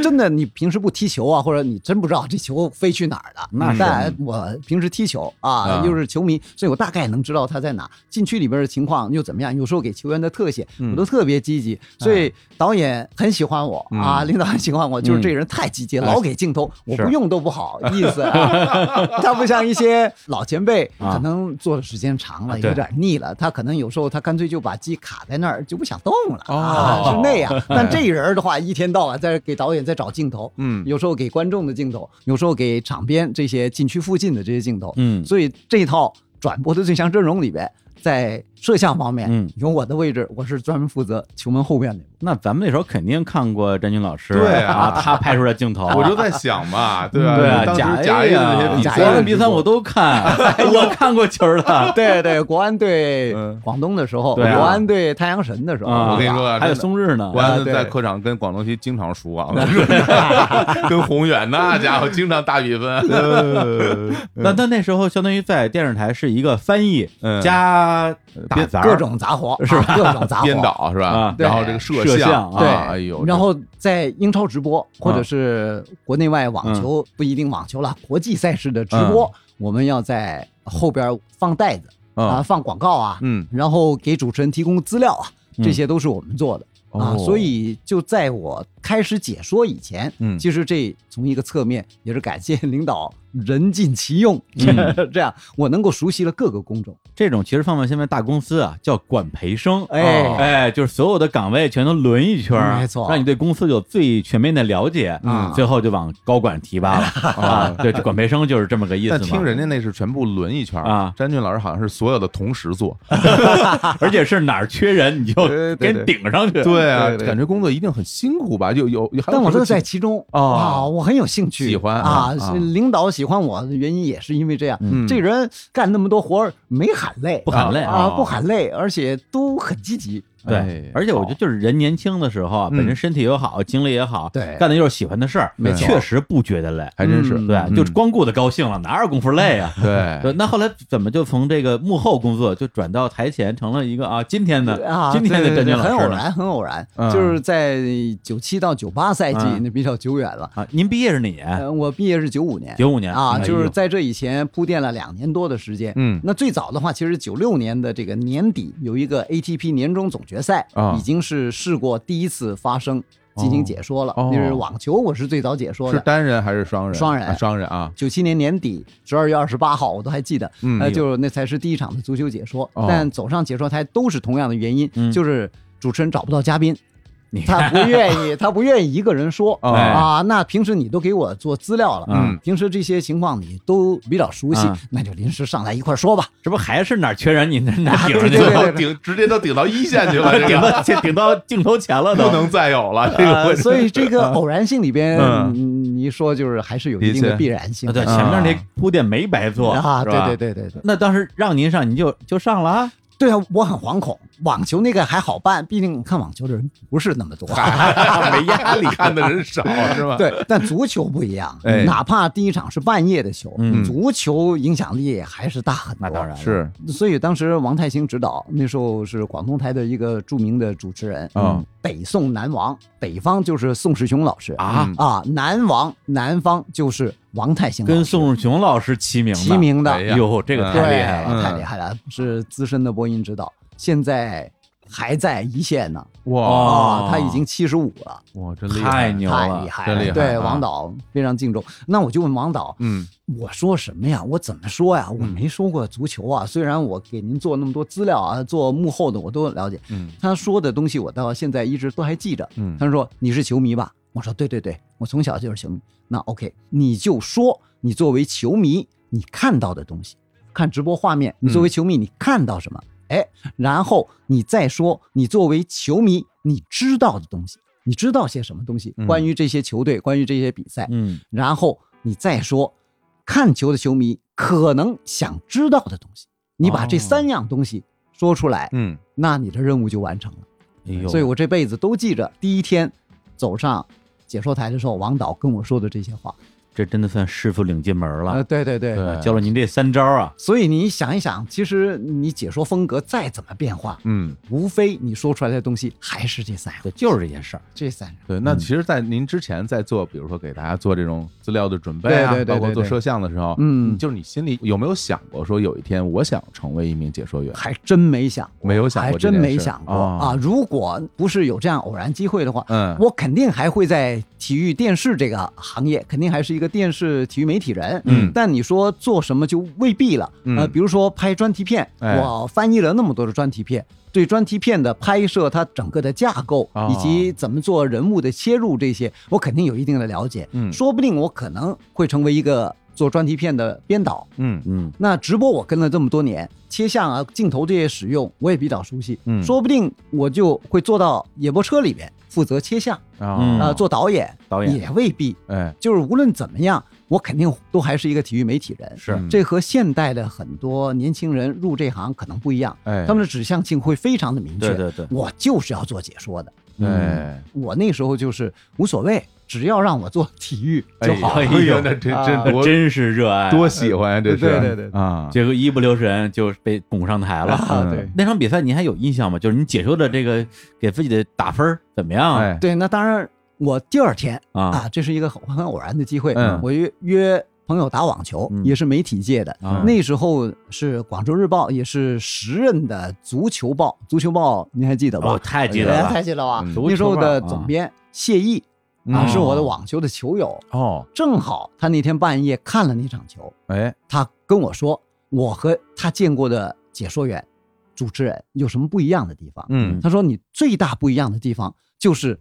真的你平时不踢球啊，或者你真不知道这球飞去哪儿了。
那是
但我平时踢球啊
嗯啊，
又是球迷，所以我大概能知道他在哪，禁区里边的情况又怎么样。有时候给球员的特写，
嗯
我都特别积极，所以导演很喜欢我啊，
嗯哎
领导很喜欢我，就是这个人太积极，老给镜头，我不
是
用都不
[laughs]
好意思啊。他不像一些老前辈，
啊
可能做的时间长
啊
了，
对
有点腻了，他可能有时候他干脆就把机卡在那儿就不想动了。
哦
啊，是那 [laughs] 样。但这人儿的话，一天到晚在给导演在找镜头，
嗯
有时候给观众的镜头，有时候给场边这些禁区附近的这些镜头，
嗯
所以这套转播的最强阵容里边，在摄像方面，
嗯
有我的位置，我是专门负责球门后边的。
那咱们那时候肯定看过詹军老师，
对啊
啊，他拍出来镜头，
我就在想嘛，对吧？
对啊，
当时
甲
贾
A
一
啊
的那些比
甲
赛，
A
国安比赛我都
[laughs]
看，我看过球的，
[laughs] 对 [laughs] 对，国安对
嗯
广东的时候，
对啊
国安对太阳神的时候，
啊
我跟你说啊，
还有
真的
松日呢
国，安
啊对
在客场跟广东队经常输
[laughs]
啊，我跟你说跟宏远那家伙经常大比
呃
分，
那那那时候相当于在电视台是一个翻译
[laughs]
嗯
加打
编
杂
各种杂活
是吧
啊各种杂活
编。导是吧
啊？
然后这个摄
摄像
像
啊
对，
哎呦，嗯
然后在英超直播，或者是国内外网球、不一定网球了，国际赛事的直播，
嗯
我们要在后边放袋子、啊，
啊，
放广告啊，
嗯，
然后给主持人提供资料啊，
嗯
这些都是我们做的、啊。
哦
所以就在我开始解说以前，
嗯
其实这从一个侧面也是感谢领导人尽其用，
嗯
[laughs] 这样我能够熟悉了各个工种。
这种其实放到现在大公司啊叫管培生，
哎
哦哎，就是所有的岗位全都轮一圈儿，啊
嗯没错
让你对公司有最全面的了解，
嗯
最后就往高管提拔
[laughs]
了啊，对，管培生就是这么个意思
但
嘛。
听人家那是全部轮一圈儿
啊
詹俊老师好像是所有的同时做，
而且是哪儿缺人你就
对对
给
对
人顶上去，
对啊，
对对
感觉工作一定很辛苦吧？就有，还有
但我
什
乐
么
在
情
其中
哦
啊，我很有兴趣，
喜欢
啊
啊，
是领导喜欢我的原因也是因为这样，
嗯
这人干那么多活儿没喊累，
不喊累
啊，
啊
不喊累，而且都很积极，
对
哎，
而且我觉得就是人年轻的时候啊，
嗯
本身身体也好，精力也好，
对
干的就是喜欢的事儿，
没错
确实不觉得累，
还真是
嗯
对，就是光顾着高兴了，哪有功夫累
[laughs]
啊？对，
对，
那后来怎么就从这个幕后工作就转到台前，成了一个啊，今天的
啊，
今天的
对对
詹
对
军老
很
师
偶
呢？
然，很偶然，
嗯
就是在九七到九八赛季，
嗯
那比较久远了，
啊，您毕业是哪年？
呃我毕业是九五年，
九五年
啊，就
哎
是
呦
在这以前铺垫了两年多的时间。
嗯
那最早的话，其实九六年的这个年底有一个 ATP 年终总决赛，
啊
已经是试过第一次发生进行解说了。
哦
那是网球，我是最早解说
是
的。
单人还是双人？
双人
啊双人
[laughs]
啊，
九七年年底十二月二十八号，我都还记得，
嗯
呃，就是那才是第一场的足球解说，
哦
但走上解说台都是同样的原因，
嗯
就是主持人找不到嘉宾，他不愿
[laughs]
意，他不愿意一个人说、
哦
啊。那平时你都给我做资料了，
嗯
平时这些情况你都比较熟悉，
嗯
那就临时上来一块儿说吧。
这不还是哪儿缺人，你
[laughs]
那哪儿顶上
对
去
对对
了，
最后顶直接都顶到一线
[laughs]
去了，这
顶
个
到 [laughs] 顶到镜头前了
不
都。啊
能再有了，这个
呃
[laughs] 我
所以这个偶然性里边，
嗯
嗯你一说就是还是有一定
的
的
确
必然性
啊，对，
的
前面那铺垫没白做
啊，
是
对
吧
对对对对。
那当时让您上，你就就上了啊。
对啊，我很惶恐网球那个还好办，毕竟你看网球的人不是那么多。
没压力， [laughs] 看的人少是吧？
[laughs] 对，但足球不一样
哎，
哪怕第一场是半夜的球，
嗯
足球影响力还是大很多。
那当然了
[laughs] 是
所以当时王太兴指导，那时候是广东台的一个著名的主持人
啊
嗯
北宋南王，北方就是宋世雄老师
啊
嗯
啊，南王南方就是王太兴老师
跟宋世雄老师齐名的
齐名的，
哎呀
哟，这个
嗯
啊太
对
厉害了，
嗯
太厉害了，是资深的播音指导，现在还在一线呢
哇
哦
啊，他已经七十五了，
哇，真厉
太
害！
牛
太
了
厉，害
真厉害
了，对
嗯
啊
王导非常敬重。那我就问王导，
嗯，
我说什么呀？我怎么说
嗯
呀？我没说过足球啊，虽然我给您做那么多资料啊，做幕后的我都了解。
嗯，
他说的东西我到现在一直都还记着。
嗯
他说你是球迷吧？我说对对对，我从小就是球迷。那 OK，你就说你作为球迷你看到的东西，看直播画面，你作为球迷你看到什么？
嗯
哎，然后你再说你作为球迷你知道的东西，你知道些什么东西？
嗯
关于这些球队，关于这些比赛，
嗯，
然后你再说看球的球迷可能想知道的东西，你把这
哦
三样东西说出来，
嗯，
那你的任务就完成了。
哎呦，
所以我这辈子都记着第一天走上解说台的时候，王导跟我说的这些话。
这真的算师傅领进门
呃，
了，
对对对。
对，
教了您这三招啊，
所以你想一想，其实你解说风格再怎么变化，
嗯，
无非你说出来的东西还是这三样，
对，就是这些事儿，
这三样。
对。那其实，在您之前在做，比如说给大家做这种资料的准备啊，
对对对对
包括做
对
摄像的时候，
嗯
就是你心里有没有想过说，有一天我想成为一名解说员？
还真没想过，
没有想过
哦还
这
真
件
没
事
想过、
哦
啊！如果不是有这样偶然机会的话，
嗯
我肯定还会在体育电视这个行业，肯定还是一个电视体育媒体人。
嗯
但你说做什么就未必了。
嗯
呃，比如说拍专题片，
哎
我翻译了那么多的专题片，对专题片的拍摄，它整个的架构、
哦
以及怎么做人物的切入这些，我肯定有一定的了解。
嗯
说不定我可能会成为一个做专题片的编导。
嗯
嗯，
那直播我跟了这么多年，切像啊、镜头这些使用我也比较熟悉，
嗯
说不定我就会坐到演播车里边负责切像
嗯
啊、做导演，
导演
也未必。
哦哎，
就是无论怎么样，我肯定都还是一个体育媒体人。
是
嗯
这和现代的很多年轻人入这行可能不一样，
哎
他们的指向性会非常的明确。
对对对
我就是要做解说的。
嗯，
哎，
我那时候就是无所谓，只要让我做体育就好。 [laughs]
哎
哎呦
呦，那真
啊
真多
真是热爱，啊
多喜欢呀，这是
对对对对
啊，
结果一不留神就被拱上台哎了。
啊，
嗯
对
那场比赛您还有印象吗？就是你解说的这个给自己的打分儿怎么样啊？
哎
对，那当然，我第二天
啊
啊，这是一个很很偶然的机会，
嗯
我约约朋友打网球，
嗯
也是媒体界的。
啊
那时候是广州日报，也是时任的足球报，足球报您还记得吧？
我哦太记得了啊
哎太记得吧
足
嗯？
球报
那时候的总编谢毅啊
嗯
是我的网球的球友，
哦，
正好他那天半夜看了那场球，
哎，
他跟我说，我和他见过的解说员、主持人有什么不一样的地方？
嗯
他说你最大不一样的地方就是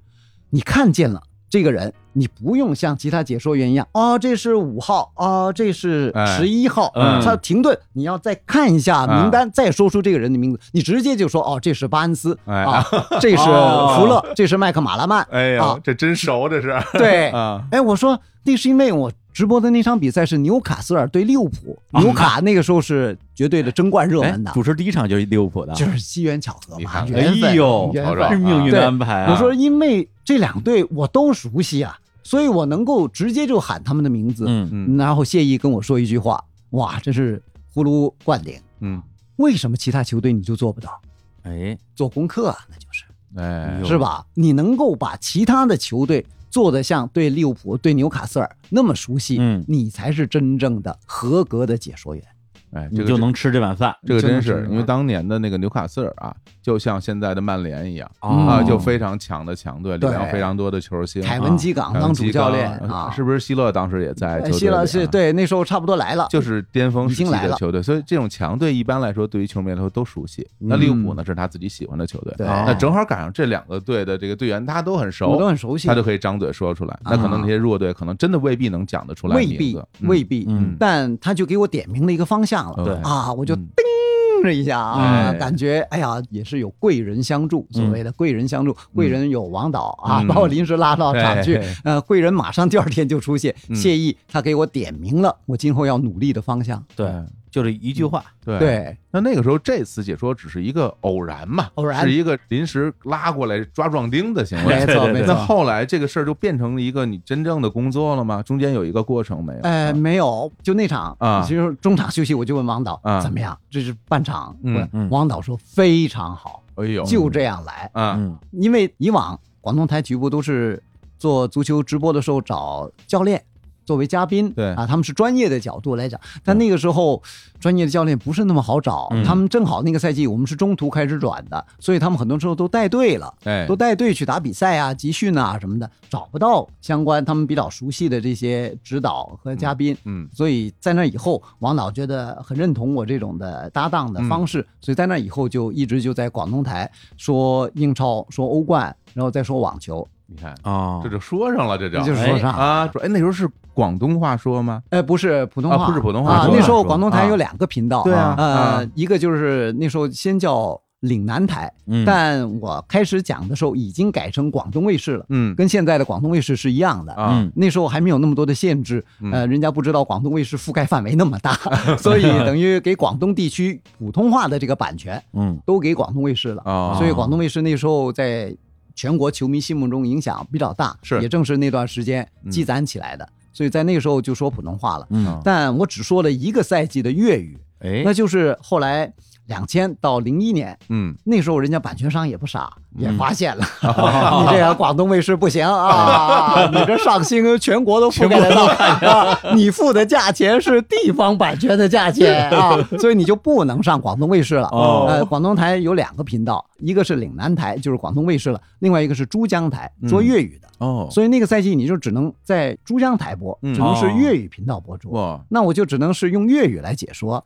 你看见了这个人，你不用像其他解说员一样，哦，这是五号，哦，这是
哎
十一号，
嗯
他停顿，你要再看一下名单，再说出这个人的名字，你直接就说，哦，这是巴恩斯，
哎
啊，这是
哦
福勒，这是麦克马拉
[laughs]
曼，
哎呀
啊，
这真熟，这是
对，
啊，
哎，我说那是因为我直播的那场比赛是纽卡斯尔对利物浦，纽卡那个时候是绝对的争冠热
哎
门的，，
主持第一场就是利物浦的，
[laughs] 就是机缘巧合
你
嘛，
看
缘分。
哎呦
缘
瞅
分
瞅
是命运的
对
安排啊！
我说，因为这两队我都熟悉啊，所以我能够直接就喊他们的名字。
嗯，
嗯
然后谢毅跟我说一句话，哇，真是呼噜灌顶。
嗯，
为什么其他球队你就做不到？
哎，
做功课啊，那就是
哎
有
是吧？你能够把其他的球队做得像对利物浦、对纽卡斯尔那么熟悉，
嗯
你才是真正的合格的解说员。
哎，
你
这个
就能吃这碗饭
这个真
真的
是
是
啊
因为当年的那个纽卡斯尔啊，就像现在的曼联一样
哦
啊，就非常强的强队，里
对
面有非常多的球星。
凯文基港
啊
当主教练
凯文基冈
啊，
是不是希勒当时也在球队
哎
里啊？
希腊是对那时候差不多来了，
就是巅峰时期
啊已经来
的
了
球队，所以这种强队一般来说对于球迷来说都熟悉。那利物浦呢是他自己喜欢的球队，
嗯
啊那
对
正好赶上这两个队的这个队员他都很熟，
我都很熟悉啊
他，就可以张嘴说出来。那可能那些弱队可能真的未必能讲得出来
未
名字，
必
嗯
未必
嗯，
但他就给我点明了一个方向
对
了啊，我就
嗯
叮了一下啊
哎，
感觉哎呀也是有贵人相助，所谓的贵人相助，贵人有王导啊
嗯，
把我临时拉到场去
哎，
呃，贵人马上第二天就出现
嗯，
谢意他给我点明了我今后要努力的方向。
对，
就是一
嗯
句话，
对，哎
对，
那那个时候这次解说只是一个偶然嘛，
偶然
是一个临时拉过来抓壮丁的行为
[laughs] 没。错
对对
没
对
那
错。
后来这个事儿就变成了一个你真正的工作了吗？中间有一个过程没有？
呃，没有，就那场
嗯啊
其实中场休息我就问王导、
啊
怎么样，这是半场。
嗯
问
嗯
王导说非常好，
哎呦，
就这样来。
啊，
嗯
因为以往广东台局部都是做足球直播的时候找教练作为嘉宾，
对
啊，他们是专业的角度来讲，但那个时候专业的教练不是那么好找，
嗯
他们正好那个赛季我们是中途开始转的，所以他们很多时候都带队了。
哎
都，带队去打比赛啊、集训啊什么的，找不到相关他们比较熟悉的这些指导和嘉宾，
嗯，
所以在那以后，王导觉得很认同我这种的搭档的
嗯
方式，所以在那以后就一直就在广东台说英超、说欧冠，然后再说网球，
你看
啊
哦
这就说上了，这
这
就
就是说上。
啊，说哎那时候是广东话说吗？
哎，不是普通话，
啊不是普通话
啊
普通话
那时候
说
广东台
啊
有两个频道，
对啊
呃
啊，
一个就是那时候先叫岭南台，
嗯
但我开始讲的时候已经改成广东卫视了，
嗯
跟现在的广东卫视是一样的。
啊，
嗯
那时候还没有那么多的限制，
嗯
呃，人家不知道广东卫视覆盖范围那
[laughs]
么大，所以等于给广东地区普通话的这个版权
嗯
都给广东卫视了。
啊，
所以广东卫视那时候在全国球迷心目中影响比较大，
是嗯
也正是那段时间积攒起来的。所以在那个时候就说普通话了，
嗯，
但我只说了一个赛季的粤语，
哎
啊那就是后来两千到零一年
嗯，
那时候人家版权商也不傻，也发现了、 [laughs] 你这个广东卫视不行 [laughs] 啊，你这上星全国都覆盖得到，啊你付的价钱是地方版权的价 [laughs] 钱啊，所以你就不能上广东卫视了。
哦
呃，广东台有两个频道，一个是岭南台，就是广东卫视了，另外一个是珠江台，说粤语的，
哦，
所以那个赛季你就只能在珠江台播，
嗯
只能是粤语频道播出。
哇，
那我就只能是用粤语来解说。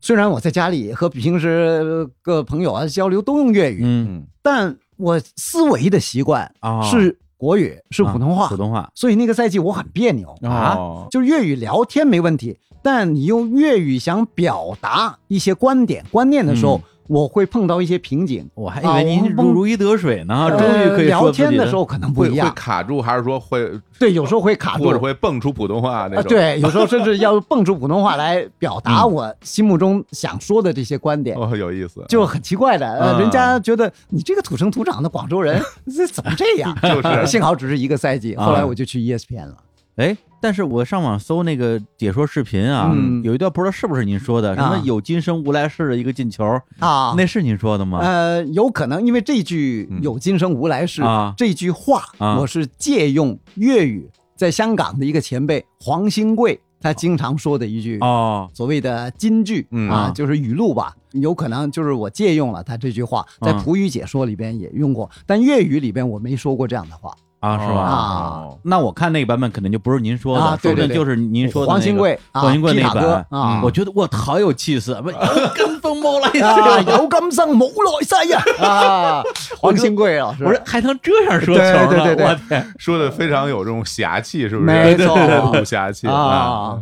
虽然我在家里和平时各朋友啊交流都用粤语，
嗯
嗯，
但我思维的习惯
哦
啊
是国语，是
啊
普通话，
普通话
所以那个赛季我很别扭
啊
哦
就是粤语聊天没问题，但你用粤语想表达一些观点、观念的时候，我会碰到一些瓶颈。
我还以
啊
为
我
您
们崩
如如鱼得水呢，哦终于
呃
可以
聊
说自
天
己
的时候可能不
会
一
会
样，
卡住，还是说会
对，有时候会卡住，
或者会蹦出普通话那
啊，
种？
对，有时候甚至要蹦出普通话来表达我心目中想说的这些观点。
哦，有意思，
就很奇怪的，呃，
嗯
人家觉得你这个土生土长的广州人，这怎么这样？
就是
幸好只是一个赛季，
啊
后来我就去 E ESPN 了。
哎，但是我上网搜那个解说视频啊，
嗯
有一段不知道是不是您说的，什么
啊
有今生无来世的一个进球，
啊，
那是您说的吗？
呃，有可能因为这句
嗯
“有今生无来世”
啊
这句话，
啊
我是借用粤语在香港的一个前辈黄兴贵他经常说的一句
哦，
所谓的金句
嗯
啊
啊，
就是语录吧，有可能就是我借用了他这句话，在
嗯
葡语解说里边也用过，但粤语里边我没说过这样的话。
啊，是吧？
哦
那我看那个版本肯定就不是您说的，
啊对
说不定
对对
就是您说的、那个、
黄兴贵啊
黄兴贵那
皮卡
版嗯
哥啊
我觉得我好有气势，不哎跟风猫来
[laughs]
[laughs]
啊，
的，
有今生冇来
[laughs]
世呀！啊，黄兴贵啊老师，
我说还能这样说球呢？
对对对对
我天！
说的非常有这种侠气，是不是？[laughs]
没错
武侠气
啊，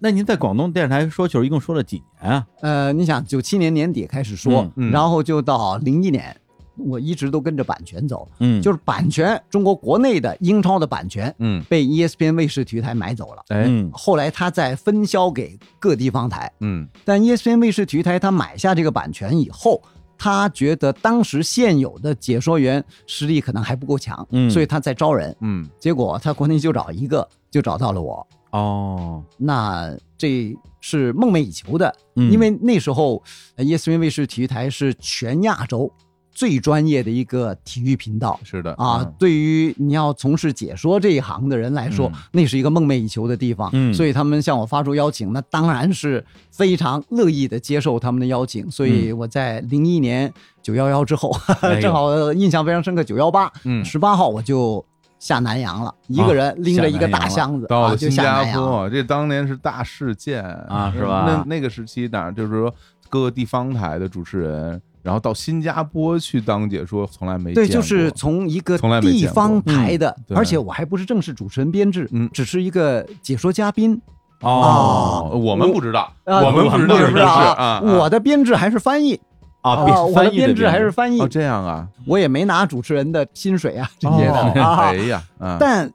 那您在广东电视台说球一共说了几年啊？
呃，你想九七年年底开始说，
嗯嗯
然后就到零一年，我一直都跟着版权走，
嗯，
就是版权，中国国内的英超的版权
嗯，
被 E ESPN 卫视体育台买走了，
哎，
嗯
后来他再分销给各地方台。
嗯，
但 ESPN 卫视体育台他买下这个版权以后，他觉得当时现有的解说员实力可能还不够强，
嗯
所以他在招人。
嗯，
结果他国内就找一个，就找到了我。
哦，
那这是梦寐以求的，
嗯
因为那时候呃 ESPN 卫视体育台是全亚洲最专业的一个体育频道。
是的
啊，对于你要从事解说这一行的人来
嗯
说，那是一个梦寐以求的地方。
嗯
所以他们向我发出邀请，那当然是非常乐意的接受他们的邀请。所以
嗯
我在零一年九幺幺之后， [laughs]
哎呦
正好印象非常深刻，九幺八
嗯，哦
十八号我就下南洋了，一个人拎着一个大箱子
到
啊，
了
就
新
下
加
南洋了。
坡，哎这当年是大事件啊
是吧
那那个时期哪儿就是说各个地方台的主持人，然后到新加坡去当解说，从来没
对，
见过
就是从一个
从来没
地
见过嗯
方台的，
对
而且我还不是正式主持人编制，
嗯
只是一个解说嘉宾。
哦
哦，我们不知道，
啊
我们不知道
我
这个事
们不知道
啊
啊，我的编制还是翻译
啊，比
啊，我
翻
的
译
编制还是翻译
哦，这样啊，
我也没拿主持人的薪水啊这些
哦
的啊
哎。呀，嗯
嗯
但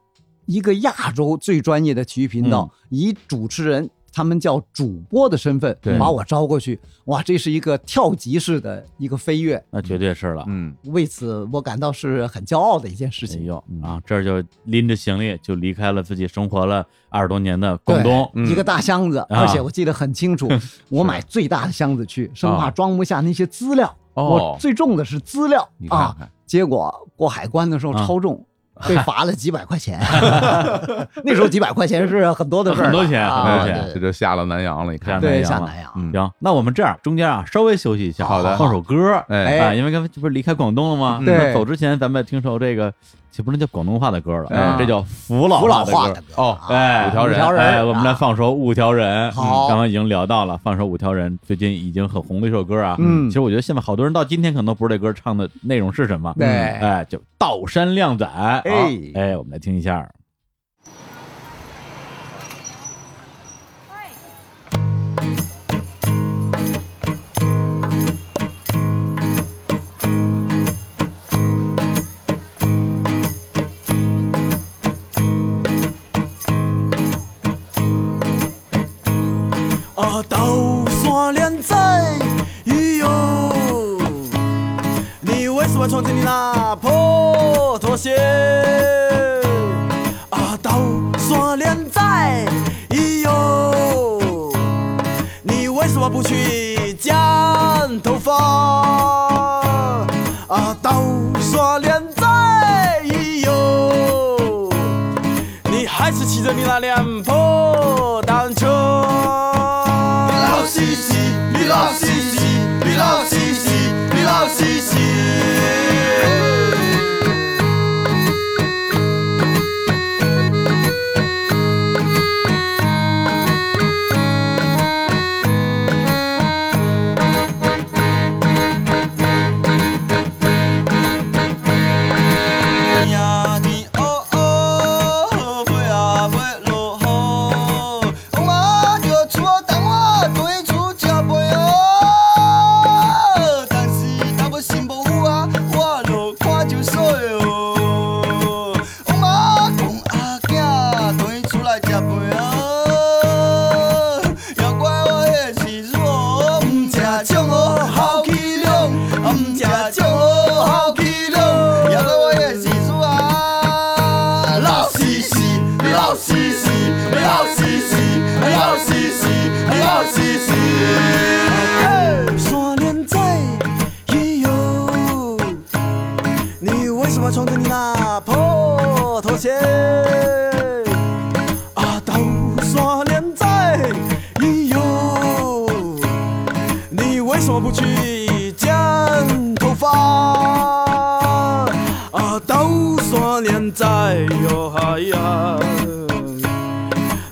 一个亚洲最专业的体育频道，以主持人他们叫主播的身份
对
把我招过去，哇，这是一个跳级式的一个飞跃，
那绝对是了。
嗯，
为此我感到是很骄傲的一件事
哎
情。
呦啊，这儿就拎着行李就离开了自己生活了二十多年的广东，
对嗯一个大箱子，
啊
而且我记得很清楚，我买最大的箱子去，生
啊
怕装不下那些资料。
哦
我最重的是资料
你看
啊，
看，
结果过海关的时候
啊 [laughs]
超重。被罚了几百块钱， [laughs] 那时候几百块钱是很多的事儿了，
很多钱
啊
很多
哎
钱
对
这就下了南洋了，你看
下南
对，
洋
下
了
南洋。
嗯
行，那我们这样中间啊稍微休息一下，
好的
放首歌，
哎
啊，因为刚才这不是离开广东了吗？
嗯
对
那走之前咱们听首这个，这不能叫广东话的歌了，
哎
这叫福佬
古老
话
化
的
的
歌。
歌
哦
啊
哎，
五条人
五哎，
啊
我们来放首《五条人》。
好
嗯刚刚已经聊到了，放首《五条人》，最近已经很红的一首歌啊。
嗯
其实我觉得现在好多人到今天可能都不知道这歌唱的内容是什么。
对
嗯哎，就道山靓仔。哎哎，我们来听一下。
啊，豆山靓仔，咦哟，你为什么穿着你那破拖鞋？啊，豆山靓仔，咦哟，你为什么不去剪头发？啊，豆山靓仔，咦哟。你还是骑着你那辆破单车。你老西西，你老西西，你老西西，你老西西。呀，你哦哦，飞啊飞落雨，我着厝等我对厝吃饭哦。但是若要心无好啊，我就看就衰哦。我妈讲阿囝对厝来吃饭哦，要怪我的是弱，毋吃种哦，好气量，毋吃种哦，好气量，要怪我的是弱啊，老西西，老西西，老西西，老西西，老西西。山连在咦哟，你为什么穿着你那破拖鞋？啊，豆山连在咦哟，你为什么不去剪头发？啊，豆山连在哟嗨呀，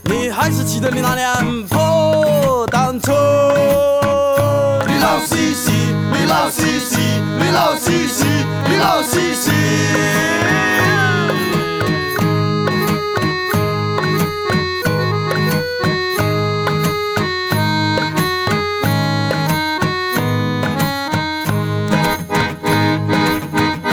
你还是骑着你那辆破单车。你老西西，你老西西，你老西西，你老西西。oh,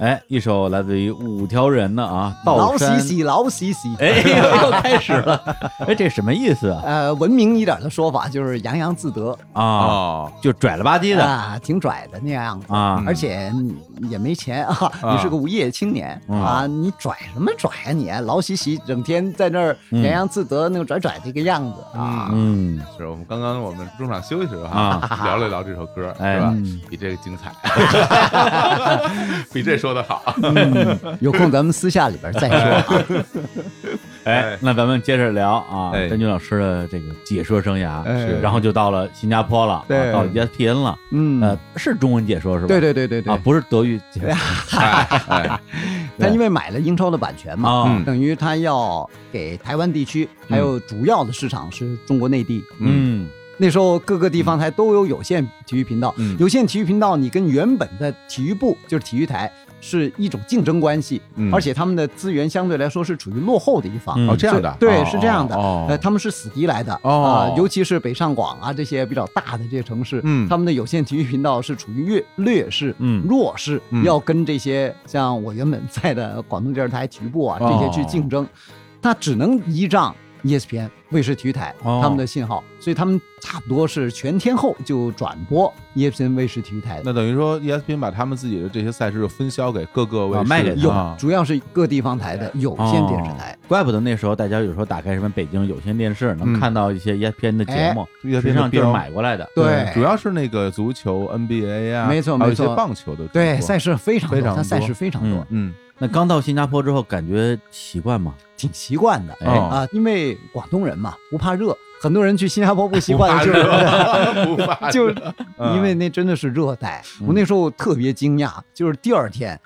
哎，一首来自于五条人的啊，道
老
山
西。西，老西西。
哎，又又开始
[laughs]
了。哎，这什么意思啊？
呃，文明一点的说法就是洋洋自得
啊，
哦，
就拽了吧唧的
啊，挺拽的那样子。
啊。
而且也没钱啊，
啊
你是个无业青年
嗯
啊，你拽什么拽啊你？老喜喜整天在那儿洋洋自得，那个拽拽的一个样子啊，
嗯，
是我们刚刚我们中场休息的时候
啊
哈， [laughs] 聊了一聊这首歌，
哎
是吧
嗯？
比这个精彩， [laughs] 比这说的好。
嗯
有空咱们私下里边
[laughs]
再说啊。
哎
哎，
那咱们接着聊啊，
哎
詹俊老师的这个解说生涯，
哎
是
然后就到了新加坡了，啊
对
到了 ESPN 了，呃
嗯，，
是中文解说是吧？
对对对对对
啊，，不是德语解说
[laughs] 哎哎
他因为买了英超的版权嘛，
啊
嗯，
等于他要给台湾地区还有主要的市场是中国内地，
嗯
那时候各个地方台都有有线体育频道，
嗯
有线体育频道你跟原本的体育部就是体育台是一种竞争关系，
嗯
而且他们的资源相对来说是处于落后的一方。
嗯
哦，这样的，
对
哦
是这样的
哦
呃，他们是死敌来的啊、
哦
尤其是北上广啊这些比较大的这些城市，
嗯
他们的有线体育频道是处于劣劣势、
嗯
弱势，
嗯
要跟这些像我原本在的广东电视台体育部啊
哦
这些去竞争，他只能依仗 E ESPN 卫视体育台、
哦
他们的信号，所以他们差不多是全天候就转播 E ESPN 卫视体育台的。
那等于说 E ESPN 把他们自己的这些赛事就分销给各个卫
啊
视，
卖给他
有，
啊哦
主要是各地方台的有线电视台。
哦怪不得那时候大家有时候打开什么北京有线电视，能
嗯
看到一些 ESPN 的节目，
ESPN
实际上就是
标
买过来的。
对
主要是那个足球、NBA 啊，
没错
还有
没
一些
错
棒球的
对，
直播
赛事非常
非
多，
常
它赛
多
事非常多，
嗯
嗯
那刚到新加坡之后，感觉习惯吗？
挺习惯的。
哎
哦
啊，因为广东人嘛不怕热，很多人去新加坡不习
不怕
惯，就是 [laughs]
热，嗯不怕
就
热
因为那真的是热带。
嗯
我那时候特别惊讶，就是第二天，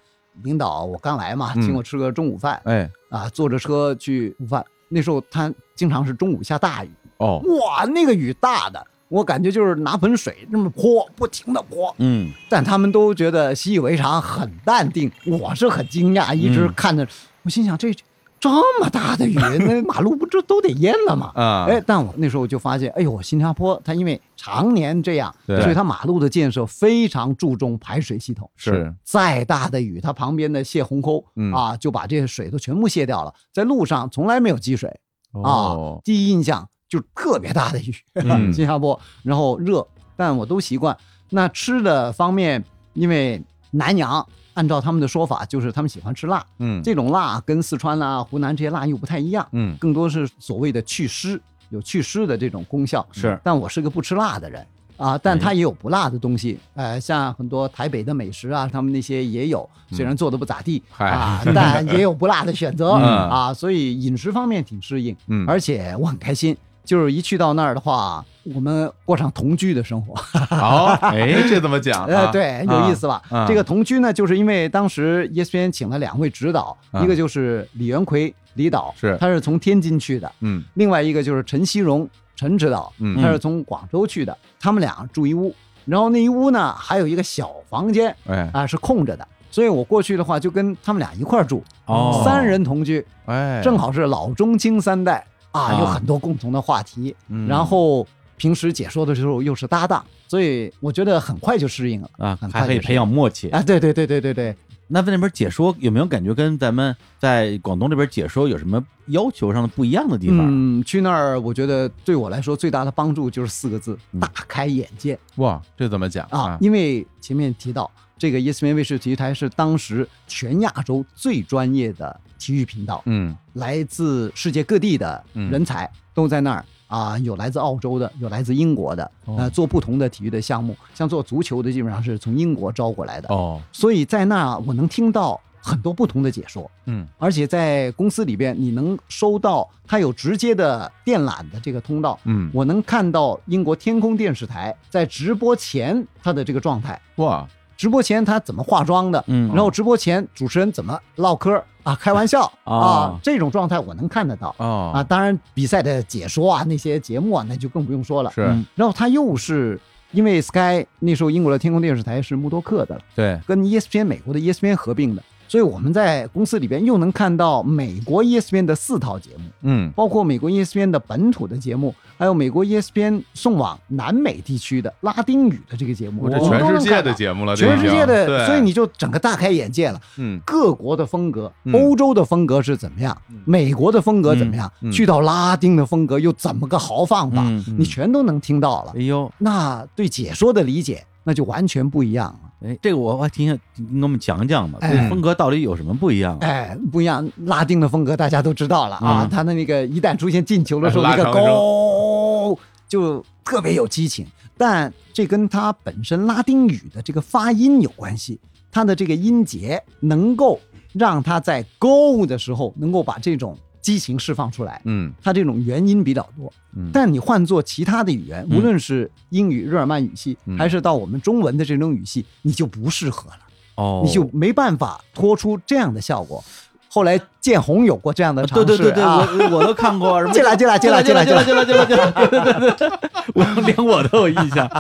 领导我刚来嘛，
嗯
请我吃个中午饭
哎
啊，坐着车去午饭。那时候他经常是中午下大雨，
哦
哇，那个雨大的，我感觉就是拿盆水那么泼，不停的泼，
嗯，
但他们都觉得习以为常，很淡定。我是很惊讶，一
嗯
直看着，我心想这这么大
[laughs]
的雨，那马路不这都得淹了吗？
啊
哎，但我那时候就发现，哎呦，新加坡它因为常年这样，
对
所以它马路的建设非常注重排水系统。
是
再大的雨，它旁边的泄洪沟、
嗯
啊，就把这些水都全部泄掉了，在路上从来没有积水啊。
哦
第一印象就是特别大的雨，
嗯
[laughs] 新加坡，然后热，但我都习惯。那吃的方面，因为南洋按照他们的说法，就是他们喜欢吃辣，
嗯
这种辣跟四川啦、湖南这些辣又不太一样，
嗯
更多是所谓的祛湿，有祛湿的这种功效。
是
但我是个不吃辣的人
嗯
啊，但它也有不辣的东西，呃，像很多台北的美食啊，他们那些也有，
嗯
虽然做的不咋地、
嗨
啊，但也有不辣的选择、
哎 [laughs] 嗯
啊，所以饮食方面挺适应，
嗯
而且我很开心，就是一去到那儿的话，我们过上同居的生活。
好哎这怎么
[laughs]
讲
呃，
啊？
对，有意思吧？
啊
这个同居呢，就是因为当时 E ESPN 请了两位指导，
啊
一个就是李元奎李导，
是
他是从天津去的；
嗯
另外一个就是陈锡荣陈指导，
嗯
他是从广州去的。他们俩住一屋，然后那一屋呢还有一个小房间
哎
啊是空着的，所以我过去的话就跟他们俩一块儿住，
哦
三人同居，
哎
正好是老中青三代啊，
啊
有很多共同的话题。
嗯
然后平时解说的时候又是搭档，所以我觉得很快就适应了
啊
很，快
还可以
就适
培养默契
应。啊！对对对对对对，
那在那边解说有没有感觉跟咱们在广东这边解说有什么要求上的不一样的地方？
嗯，去那儿我觉得对我来说最大的帮助就是四个字：
嗯
大开眼界
哇这怎么讲
啊！因为前面提到这个 E ESPN 卫视体育台是当时全亚洲最专业的体育频道，
嗯
来自世界各地的人才都在那儿啊，有来自澳洲的，有来自英国的，
哦
呃，做不同的体育的项目，像做足球的基本上是从英国招过来的，
哦
所以在那儿我能听到很多不同的解说，
嗯
而且在公司里边你能收到它有直接的电缆的这个通道。
嗯
我能看到英国天空电视台在直播前它的这个状态，
哇
直播前他怎么化妆的，
嗯
然后直播前主持人怎么唠嗑儿啊，开玩笑、
哦
啊，这种状态我能看得到、
哦
啊。当然，比赛的解说啊，那些节目啊，那就更不用说了。
是
嗯
然后他又是因为 Sky 那时候英国的天空电视台是默多克的，
对
跟 E ESPN 美国的 ESPN 合并的，所以我们在公司里边又能看到美国 E ESPN 的四套节目，
嗯
包括美国 E ESPN 的本土的节目，还有美国 E ESPN 送往南美地区的拉丁语的这个节目，
我这
我们都
全世
能
界
看
的
到
节目了这
全
已
世
经啊
界的，
对
所以你就整个大开眼界了。
嗯
各国的风格
嗯，
欧洲的风格是怎么样？美国的风格怎么样？
嗯嗯
去到拉丁的风格又怎么个豪放法？
嗯
你全都能听到了
哎。呦，
那对解说的理解，那就完全不一样了。
哎，这个我我还挺想你给我们讲讲吧，
哎
这风格到底有什么不一样啊？
哎，不一样，拉丁的风格大家都知道了啊
嗯。
他的那个一旦出现进球的时候，
哎拉
那个
长
高就特别有激情，但这跟他本身拉丁语的这个发音有关系，他的这个音节能够让他在 go 的时候能够把这种激情释放出来。
嗯
它这种元音比较多
嗯，
但你换做其他的语言，
嗯
无论是英语日耳曼语系
嗯，
还是到我们中文的这种语系，你就不适合了。
哦，
你就没办法拖出这样的效果。后来建宏有过这样的尝
对
试，
对对对，
啊，
我我都看 [laughs] 过，什么
[laughs] 进来进来进来
进
进来
进
进来
来进来进来进来，对对对对， [laughs] 我连我都有印象。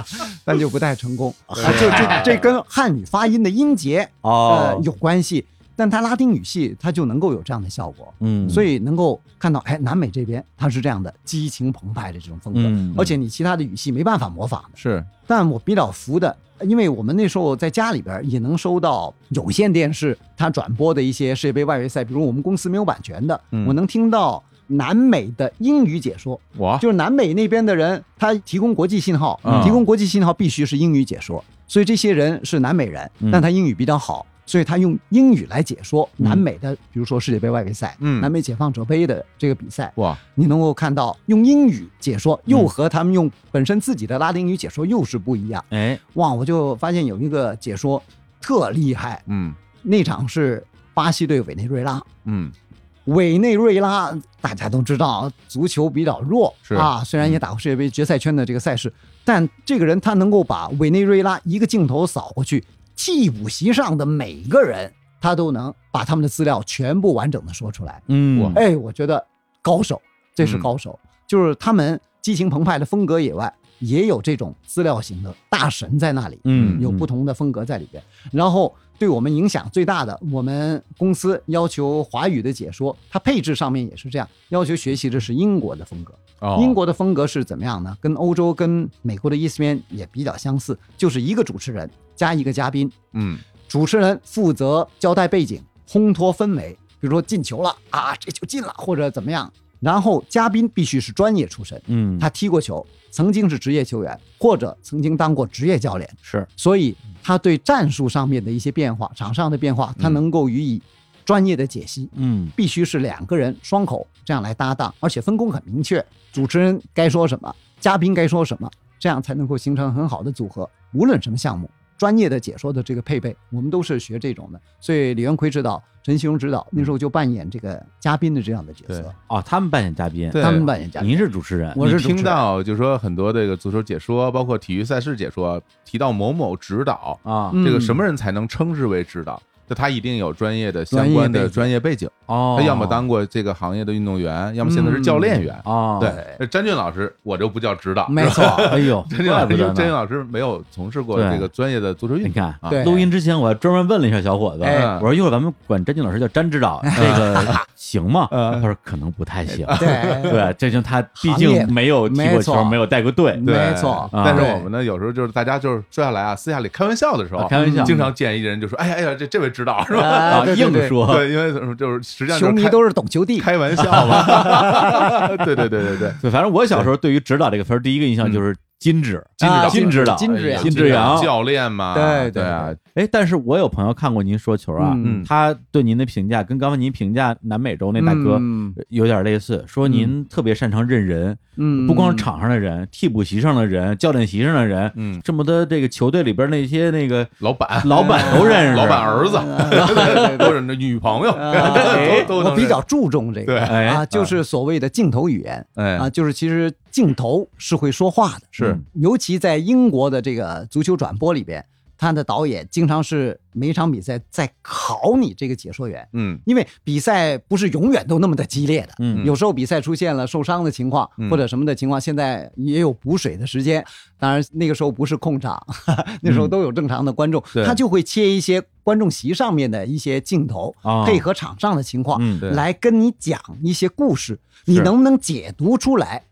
但就不太成功。啊，就这这跟汉语发音的音节呃
[laughs] 哦，
有关系，但它拉丁语系它就能够有这样的效果。
嗯，
所
以
以能够看到，哎，南美这边它是这样的激情澎湃的这种风格，
嗯嗯
而且你其他的语系没办法模仿的。
是
但我比较服的，因为我们那时候在家里边也能收到有线电视它转播的一些世界杯外围赛，比如我们公司没有版权的，
嗯
我能听到南美的英语解说，
我
就是南美那边的人，他提供国际信号，
啊嗯
提供国际信号必须是英语解说，所以这些人是南美人，
嗯
但他英语比较好，所以他用英语来解说南美的，比如说世界杯外围赛，
嗯
南美解放者杯的这个比赛，
哇，
你能够看到用英语解说，又和他们用本身自己的拉丁语解说又是不一样。
哎，
哇，我就发现有一个解说特厉害，
嗯
那场是巴西对委内瑞拉，
嗯
委内瑞拉大家都知道，足球比较弱
是
啊，虽然也打过世界杯决赛圈的这个赛事，但这个人他能够把委内瑞拉一个镜头扫过去，替补席上的每个人，他都能把他们的资料全部完整的说出来。
嗯，
哎，我觉得高手，这是高手，就是他们激情澎湃的风格以外，也有这种资料型的大神在那里，
嗯
有不同的风格在里边。然后对我们影响最大的，我们公司要求华语的解说，它配置上面也是这样，要求学习的是英国的风格。
哦，
英国的风格是怎么样呢？跟欧洲、跟美国的 ESPN 也比较相似，就是一个主持人加一个嘉宾，
嗯
主持人负责交代背景、烘托氛围，比如说进球了啊，这球进了或者怎么样。然后嘉宾必须是专业出身，
嗯，
他踢过球，曾经是职业球员或者曾经当过职业教练，
是
所以他对战术上面的一些变化、场上的变化，他能够予以专业的解析。
嗯
必须是两个人双口这样来搭档，而且分工很明确，主持人该说什么，嘉宾该说什么，这样才能够形成很好的组合。无论什么项目，专业的解说的这个配备，我们都是学这种的。所以李元奎指导、陈希荣指导那时候就扮演这个嘉宾的这样的角色，
哦，他们扮演嘉宾，
对
他们扮演嘉宾。
您是主持人，
我是
你
主持人
听到就说很多这个足球解说，包括体育赛事解说，提到某某指导，
啊，
嗯
这个什么人才能称之为指导？那他一定有专业的相关的专业背景，
哦，
他要么当过这个行业的运动员，要么现在是教练员。
哦，
对，那詹俊老师我就不叫指导，
嗯没
是吧
错，
哎呦，
詹俊
怪
老
不
[laughs] 师，因
得
为
呢
詹俊老师没有从事过
对
这个专业的足球运
你
动。
看
啊
对
录音之前我还专门问了一下小伙子，
哎
我说一会儿咱们管詹俊老师叫詹指导，这个行吗？
嗯
他说可能不太行。
对
对，这就他毕
嗯行业
竟没有踢
没
过
错
球，没有带过队，
对
没错
但是
啊
我们呢，有时候就是大家就是说下来啊，私下里开玩笑的时候，
啊开玩笑
经常建议人就说，哎呀哎呀，这这位指导 [laughs] 是吧？
啊
啊，
对对对
硬说。
对，因为就是实际上就
球
是
迷
开
都是懂球帝，
开玩笑嘛。 [laughs] 对对对对对，
对，反正我小时候对于指导这个词儿，第一个印象就是金指，
金指导
金指导，
[laughs] 金指
哎呀
金
指阳
教练嘛，对
对对
啊，
哎，但是我有朋友看过您说球啊，
嗯
他对您的评价跟刚才您评价南美洲那大哥
嗯
有点类似，说您特别擅长认人，
嗯，
不光是场上的人，替补席上的人，教练席上的人，
嗯
这么的这个球队里边那些那个
老板
老板都认识，
老板儿子， [laughs] 或者女朋友，
嗯哎
啊 [laughs] 都都
我
能
比
认
较注重这
对
个啊，就是所谓的镜头语言。
哎
啊，就是其实镜头是会说话的，
是
嗯尤其在英国的这个足球转播里边，他的导演经常是每一场比赛在考你这个解说员，
嗯
因为比赛不是永远都那么的激烈的，
嗯
有时候比赛出现了受伤的情况
嗯
或者什么的情况，现在也有补水的时间，当然那个时候不是控场， [laughs] 那时候都有正常的观众，
嗯对
他就会切一些观众席上面的一些镜头，
啊
配合场上的情况，
嗯
对
来跟你讲一些故事，你能不能解读出来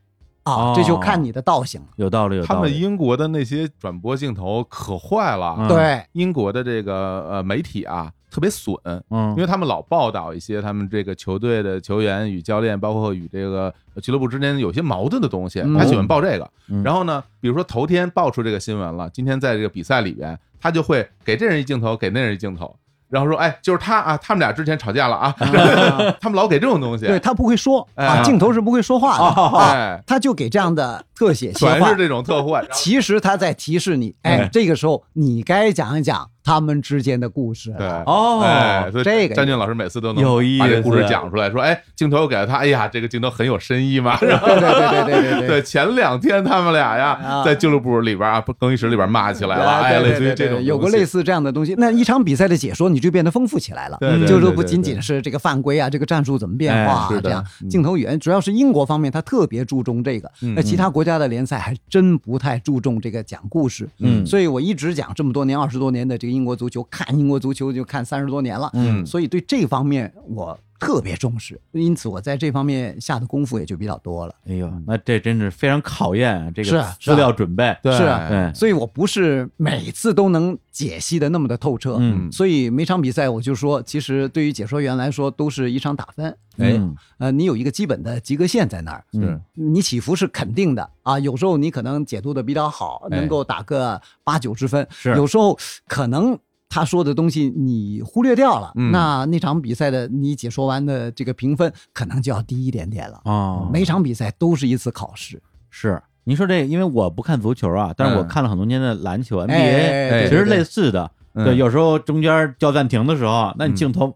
啊？
哦
这就看你的道行了。
有道理，有
他
道
们
理。
英国的那些转播镜头可坏了，
嗯
对，
英国的这个呃媒体啊特别损，
嗯
因为他们老报道一些他们这个球队的球员与教练，包括与这个俱乐部之间有些矛盾的东西，
嗯
他喜欢报这个。
嗯
然后呢，比如说头天爆出这个新闻了，今天在这个比赛里边，他就会给这人一镜头，给那人一镜头。然后说，哎，就是他啊，他们俩之前吵架了啊， [laughs]
嗯
他们老给这种东西，
[laughs]
对他不会说
哎
啊，镜头是不会说话的啊，
哎，
他就给这样的特写
[laughs]
切
全
换
是，这种特坏，然后
其实他在提示你，哎，这个时候你该讲一讲他们之间的故事
对
了。
哦
哎，所以
这个
张静老师每次都能
有意
把这故事
思
讲出来，说哎，镜头给了他，哎呀，这个镜头很有深意嘛，然后
[laughs] 对对对对对对
对，前两天他们俩呀
啊，
在俱乐部里边啊，不更衣室里边骂起来了，哎，
对对
类似于
对
这
对
种
有过
东西
类似这样的东西。那一场比赛的解说，你就变得丰富起来了，
对对
就是
对
说
对
不仅
对
仅是这个犯规啊，这个战术怎么变化、啊
哎是的
这样。镜头语言主要是英国方面，他特别注重这个。
嗯
那其他国家的联赛还真不太注重这个讲故事。
嗯
所以我一直讲这么多年，二十多年的这个英国足球，看英国足球就看三十多年了。
嗯
所以对这方面我特别重视，因此我在这方面下的功夫也就比较多了。
哎呦，那这真是非常考验这
是
个
啊是
资
啊
料准备。哎
对嗯
是啊
对，
所以我不是每次都能解析的那么的透彻，
嗯
所以每场比赛我就说，其实对于解说员来说，都是一场打分，
哎
嗯呃，你有一个基本的及格线在那儿，
嗯
你起伏是肯定的啊，有时候你可能解读的比较好，
哎
能够打个八九十分，是有时候可能。他说的东西你忽略掉了，
嗯
那那场比赛的你解说完的这个评分可能就要低一点点了。
哦，
每场比赛都是一次考试，
是。您说这个，因为我不看足球啊，但是我
嗯
看了很多年的篮球
哎哎
NBA，
哎
其实
对对
类似的。
嗯
对，有时候中间叫暂停的时候，那你
嗯
镜头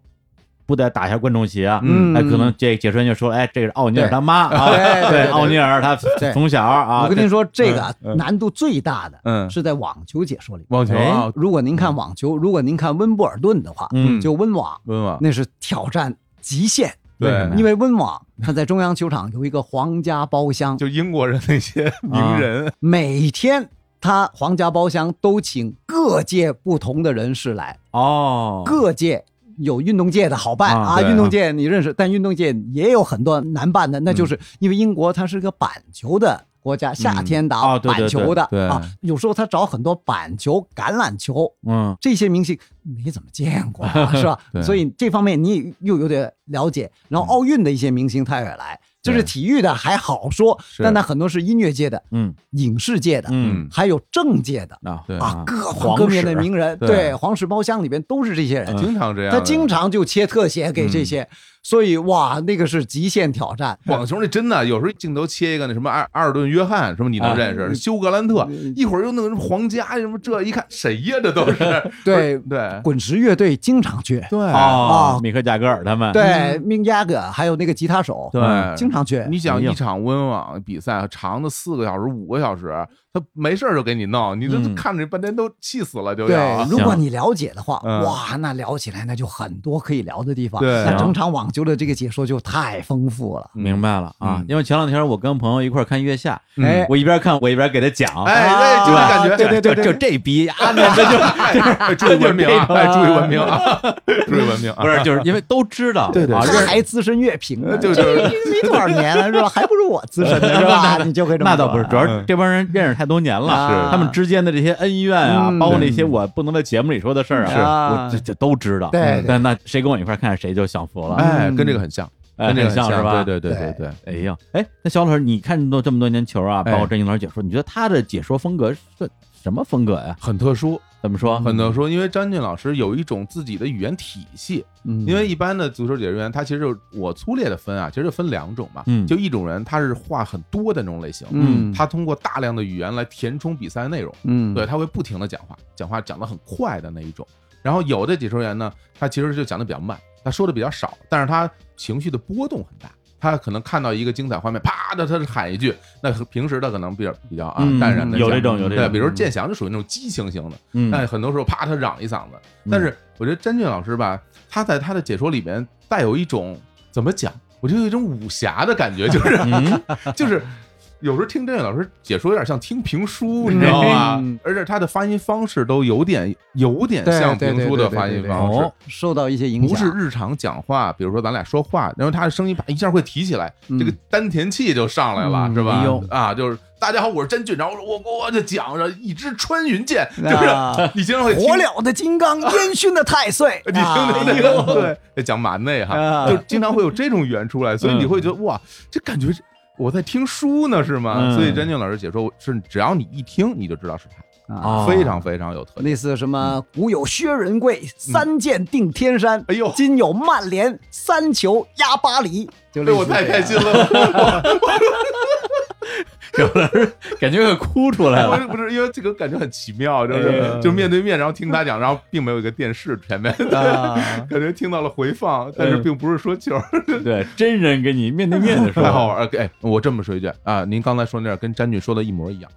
不得打一下观众席啊？
嗯
哎，可能这解说员就说了，哎，这是奥尼尔
对
他妈啊，
对对对对
奥尼尔他
对
从小啊，
我跟您说，这个
嗯
难度最大的，
嗯
是在网球解说里。哎
网球啊，
如果您看网球，如果您看温布尔顿的话，
嗯
就温网，
温网
那是挑战极限。
为
对
什么呀
因为温网它在中央球场有一个皇家包厢，
就英国人那
啊
些名人，
每天他皇家包厢都请各界不同的人士来，
哦，
各界。有运动界的好办
啊
啊，
对
运动界你认识，但运动界也有很多难办的，那就是因为英国它是个板球的国家，夏天
啊
打
对对
板球的
对对
啊，有时候他找很多板球、橄榄球
嗯
这些明星没怎么见过啊，是吧
对？
所以这方面你也又有点了解。然后奥运的一些明星他也来，就
对
是体育的还好说，但他很多是音乐界的、
嗯
影视界的，
嗯
还有政界的
啊
对
啊，各
皇
行各面的
室
名人，
对嗯
对，皇室包厢里边都是这些人。
经常这样的。
嗯他经常就切特写给这些，所以哇，那个是极限挑战。
网球那真的，有时候镜头切一个那什么阿阿尔顿·约翰，什么你
啊
能认
嗯
识？休格兰特，一会儿又弄什么皇家什么这，一看谁呀？这都是
对
对
滚石乐队经常去，
对
哦
啊，
米克贾格尔他们，
对，明亚格还有那个吉他手，
对
嗯经常去。
你想
哎呦
一场温网比赛长的四个小时、五个小时，他没事儿就给你弄，你这
嗯
看着半天都气死了，就要
对，
啊
如果你了解的话，
嗯
哇，那聊起来那就很多可以聊的地方。
对
那整场网球的这个解说就太丰
[laughs]
富了。
明白了啊
嗯，
因为前两天我跟朋友一块儿看月下，
嗯
哎，
我一边看我一边给他讲，
哎，哎，就是感觉
啊对对对，就这逼啊，那
[laughs]
这就
哎注意文明啊！哎，注意文明啊！注意文明啊！
不是，就是因为都知道，
对对
啊
他
是
还资深乐评呢，
[laughs] 就
这你多少年了是
[laughs]
吧？还不如我资深呢是吧？你就会这么
那倒
说
不
啊
是，主要是这帮人认识太多年了，
啊
他们之间的这些恩怨啊，
嗯
包括那些我不能在节目里说的事儿
是
啊，我这这都知道。
对对
那那谁跟我一块儿看谁就享福了，
哎，跟这个很像，
哎
跟这个
很像是吧？
对对对对
对
对。
哎呀，哎，那小老师，你看到这么多年球啊，
哎
包括郑英老师解说，你觉得他的解说风格是什么风格呀？
很特殊，
怎么说？
很特殊，因为张俊老师有一种自己的语言体系。
嗯
因为一般的足球解说员，他其实就我粗略的分啊，其实就分两种嘛。
嗯
就一种人，他是话很多的那种类型，
嗯
他通过大量的语言来填充比赛内容。
嗯
对，他会不停的讲话，讲话讲得很快的那一种。然后有的解说员呢，他其实就讲得比较慢，他说的比较少，但是他情绪的波动很大。他可能看到一个精彩画面，啪的他是喊一句，那和平时的可能比较比较啊
嗯
淡然的
有这种有这
对，
种
比如说建翔就属于那种激情型的，
嗯， [laughs]
但很多时候啪他嚷一嗓子。
嗯
但是我觉得詹俊老师吧，他在他的解说里面带有一种怎么讲，我就有一种武侠的感觉，就是
嗯，
[laughs] 就是有时候听郑宇老师解说，有点像听评书，你知道吗
嗯？
而且他的发音方式都有点有点
对
像
对
评
对
书
对
的
对
发
对
音
对
方
哦
式，
受到一些影响，
不是日常讲话，比如说咱俩说话，然后他的声音啪一下会提起来，这个丹田气就上来了，
嗯
是吧
哎呦？
啊，就是大家好，我是詹俊，然后我我我就讲着一支穿云箭，就是
啊
你经常会听
火燎的金刚，烟熏的太岁。
[laughs] 你听
啊
那个，对， [laughs] 讲马内哈，
啊
就经常会有这种语言出
[laughs]
来，所以你会觉得哇，这感觉是我在听书呢，是吗？
嗯
所以詹俊老师解说是，只要你一听你就知道是他，
啊
哦
非常非常有特点。
类似什么古有薛仁贵，三剑定天山；
哎呦
今有曼联，
哎
三球压巴黎。就类
对
似
我
[laughs]
太
这
开
样
心了，
有的人感觉快哭出来
不 [laughs]
了。
是不是，因为这个感觉很奇妙，就
哎
是
呀
就面对面，然后听他讲，然后并没有一个电视前面，
[laughs] 啊，
感觉听到了回放，但是
嗯
并不是说球，
哎
对，真人跟你面对面的说，
[laughs] 太好玩了。哎，我这么说一句啊，您刚才说那样跟詹俊说的一模一样。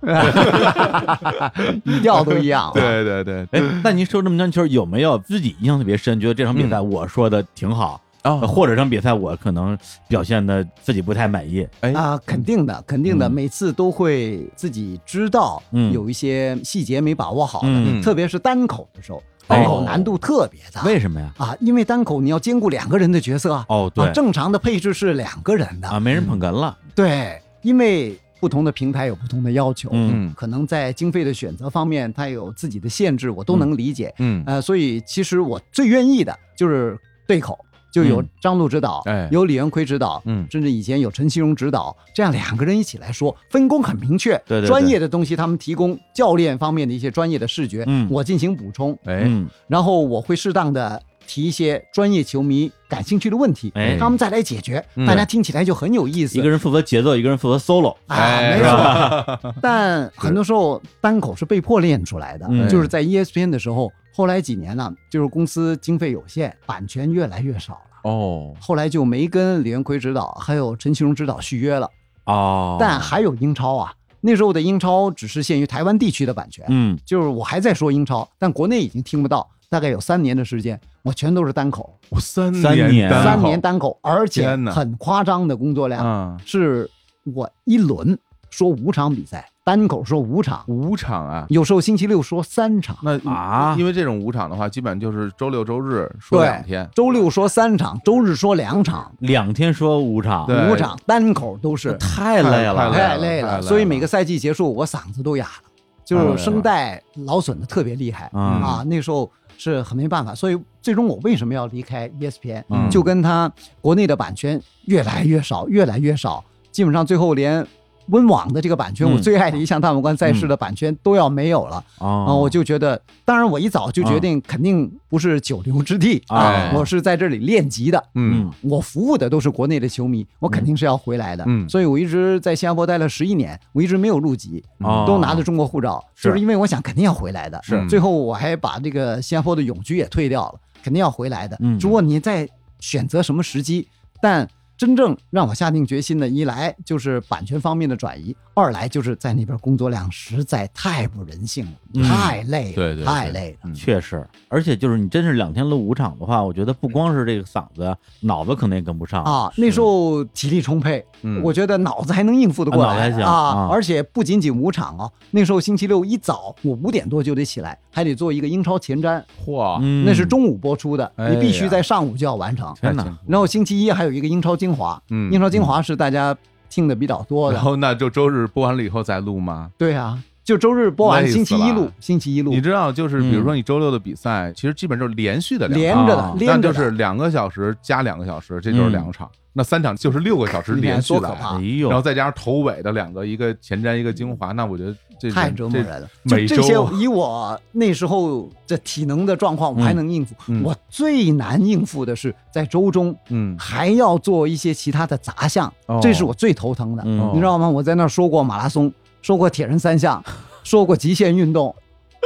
语调都一样。，啊
[laughs] 对对对，
哎，那您说这么多球，有没有自己印象特别深，觉得这场比赛
嗯
我说的挺好，
哦
呃或者这场比赛我可能表现的自己不太满意？
哎
啊，肯定的，肯定的，
嗯
每次都会自己知道
嗯
有一些细节没把握好的，
嗯哦
特别是单口的时候，单口难度特别大。
为什么呀？
啊，因为单口你要兼顾两个人的角色啊。
哦，
啊
对，
正常的配置是两个人的。
啊，没人捧哏了，
对，因为不同的平台有不同的要求，
嗯
嗯
可能在经费的选择方面，它有自己的限制，我都能理解。
嗯
呃，所以其实我最愿意的就是对口，就有
嗯
张璐指导，
哎
有李元奎指导，
嗯
甚至以前有陈其荣指导，这样两个人一起来说，分工很明确。
对对对
专业的东西他们提供教练方面的一些专业的视觉，
嗯
我进行补充，
哎
嗯，
然后我会适当的。提一些专业球迷感兴趣的问题，
哎
他们再来解决，
嗯
大家听起来就很有意思。
一个人负责节奏，一个人负责 solo，
啊，
哎
没错。
[laughs]
但很多时候单口是被迫练出来的，
嗯
就是在 E ESPN 的时候，后来几年呢，就是公司经费有限，版权越来越少了，
哦
后来就没跟李元奎指导还有陈其荣指导续约了。
哦，
但还有英超啊，那时候的英超只是限于台湾地区的版权，
嗯
就是我还在说英超，但国内已经听不到。大概有三年的时间，我全都是单口，
我三
三年单口
三年单口，而且
天哪
很夸张的工作量。
啊，
是我一轮说五场比赛，单口说五场，
五场啊，
有时候星期六说三场，
那
啊
因为这种五场的话，基本就是周六周日说两天，
周六说三场，周日说两场，
两天说五场，
对
五场单口都是
太累
太
了，啊
累了
太累
太累了
了，所以每个赛季结束我嗓子都哑了，就是声带劳损的特别厉害
嗯
啊，那时候。是很没办法，所以最终我为什么要离开 E ESPN，、
嗯
就跟他国内的版权越来越少，越来越少，基本上最后连温网的这个版权，
嗯
我最爱的一项大满贯赛事的版权都要没有了。啊，
哦，
我就觉得，当然我一早就决定，肯定不是久留之地
哎
啊，我是在这里练级的。
嗯
嗯
我服务的都是国内的球迷，我肯定是要回来的。
嗯
所以我一直在新加坡待了十一年，我一直没有入籍，
哦
都拿着中国护照，
是嗯
就是因为我想肯定要回来的。
是
最后我还把这个新加坡的永居也退掉了，肯定要回来的。
嗯
如果你在选择什么时机，但真正让我下定决心的，一来就是版权方面的转移，二来就是在那边工作量实在太不人性了，
嗯
太累了，
对对对
太累了。
确实，而且就是你真是两天录五场的话，我觉得不光是这个嗓子，脑子可能也跟不上
啊，那时候体力充沛，
嗯
我觉得脑子还能应付得过
啊脑子
来
还行啊
而且不仅仅五场啊，那时候星期六一早，我五点多就得起来，还得做一个英超前瞻，
嚯，
嗯
那
[laughs]
是中午播出的，
哎呀
你必须在上午就要完成。
天
太辛
哪，
然后星期一还有一个英超精华，
嗯
英超精华是大家听的比较多的
然，后那就周日播完了以后再录吗？
对啊，就周日播完，
累死
星期一录
了，
星期一录嗯
你，知道，就是比如说你周六的比赛，其实基本就是连续的两
连
场
着
啊
的，
那
连
就
着的
是两个小时加两个小时，这就是两场，那三场就是六个小时
你看
连续
多可
来，
怕嗯
哎
然后
呦，
再加上头尾的两个，一个前瞻，一个精华，那我觉得这
太折磨
这
人了。
每
就这些
周，啊
以我那时候这体能的状况，我还能应付。
嗯
我最难应付的是在周中
嗯，
还要做一些其他的杂项，
哦
这是我最头疼的。
嗯
你知道吗？我在那儿说过马拉松，说过铁人三项，说过极限运动。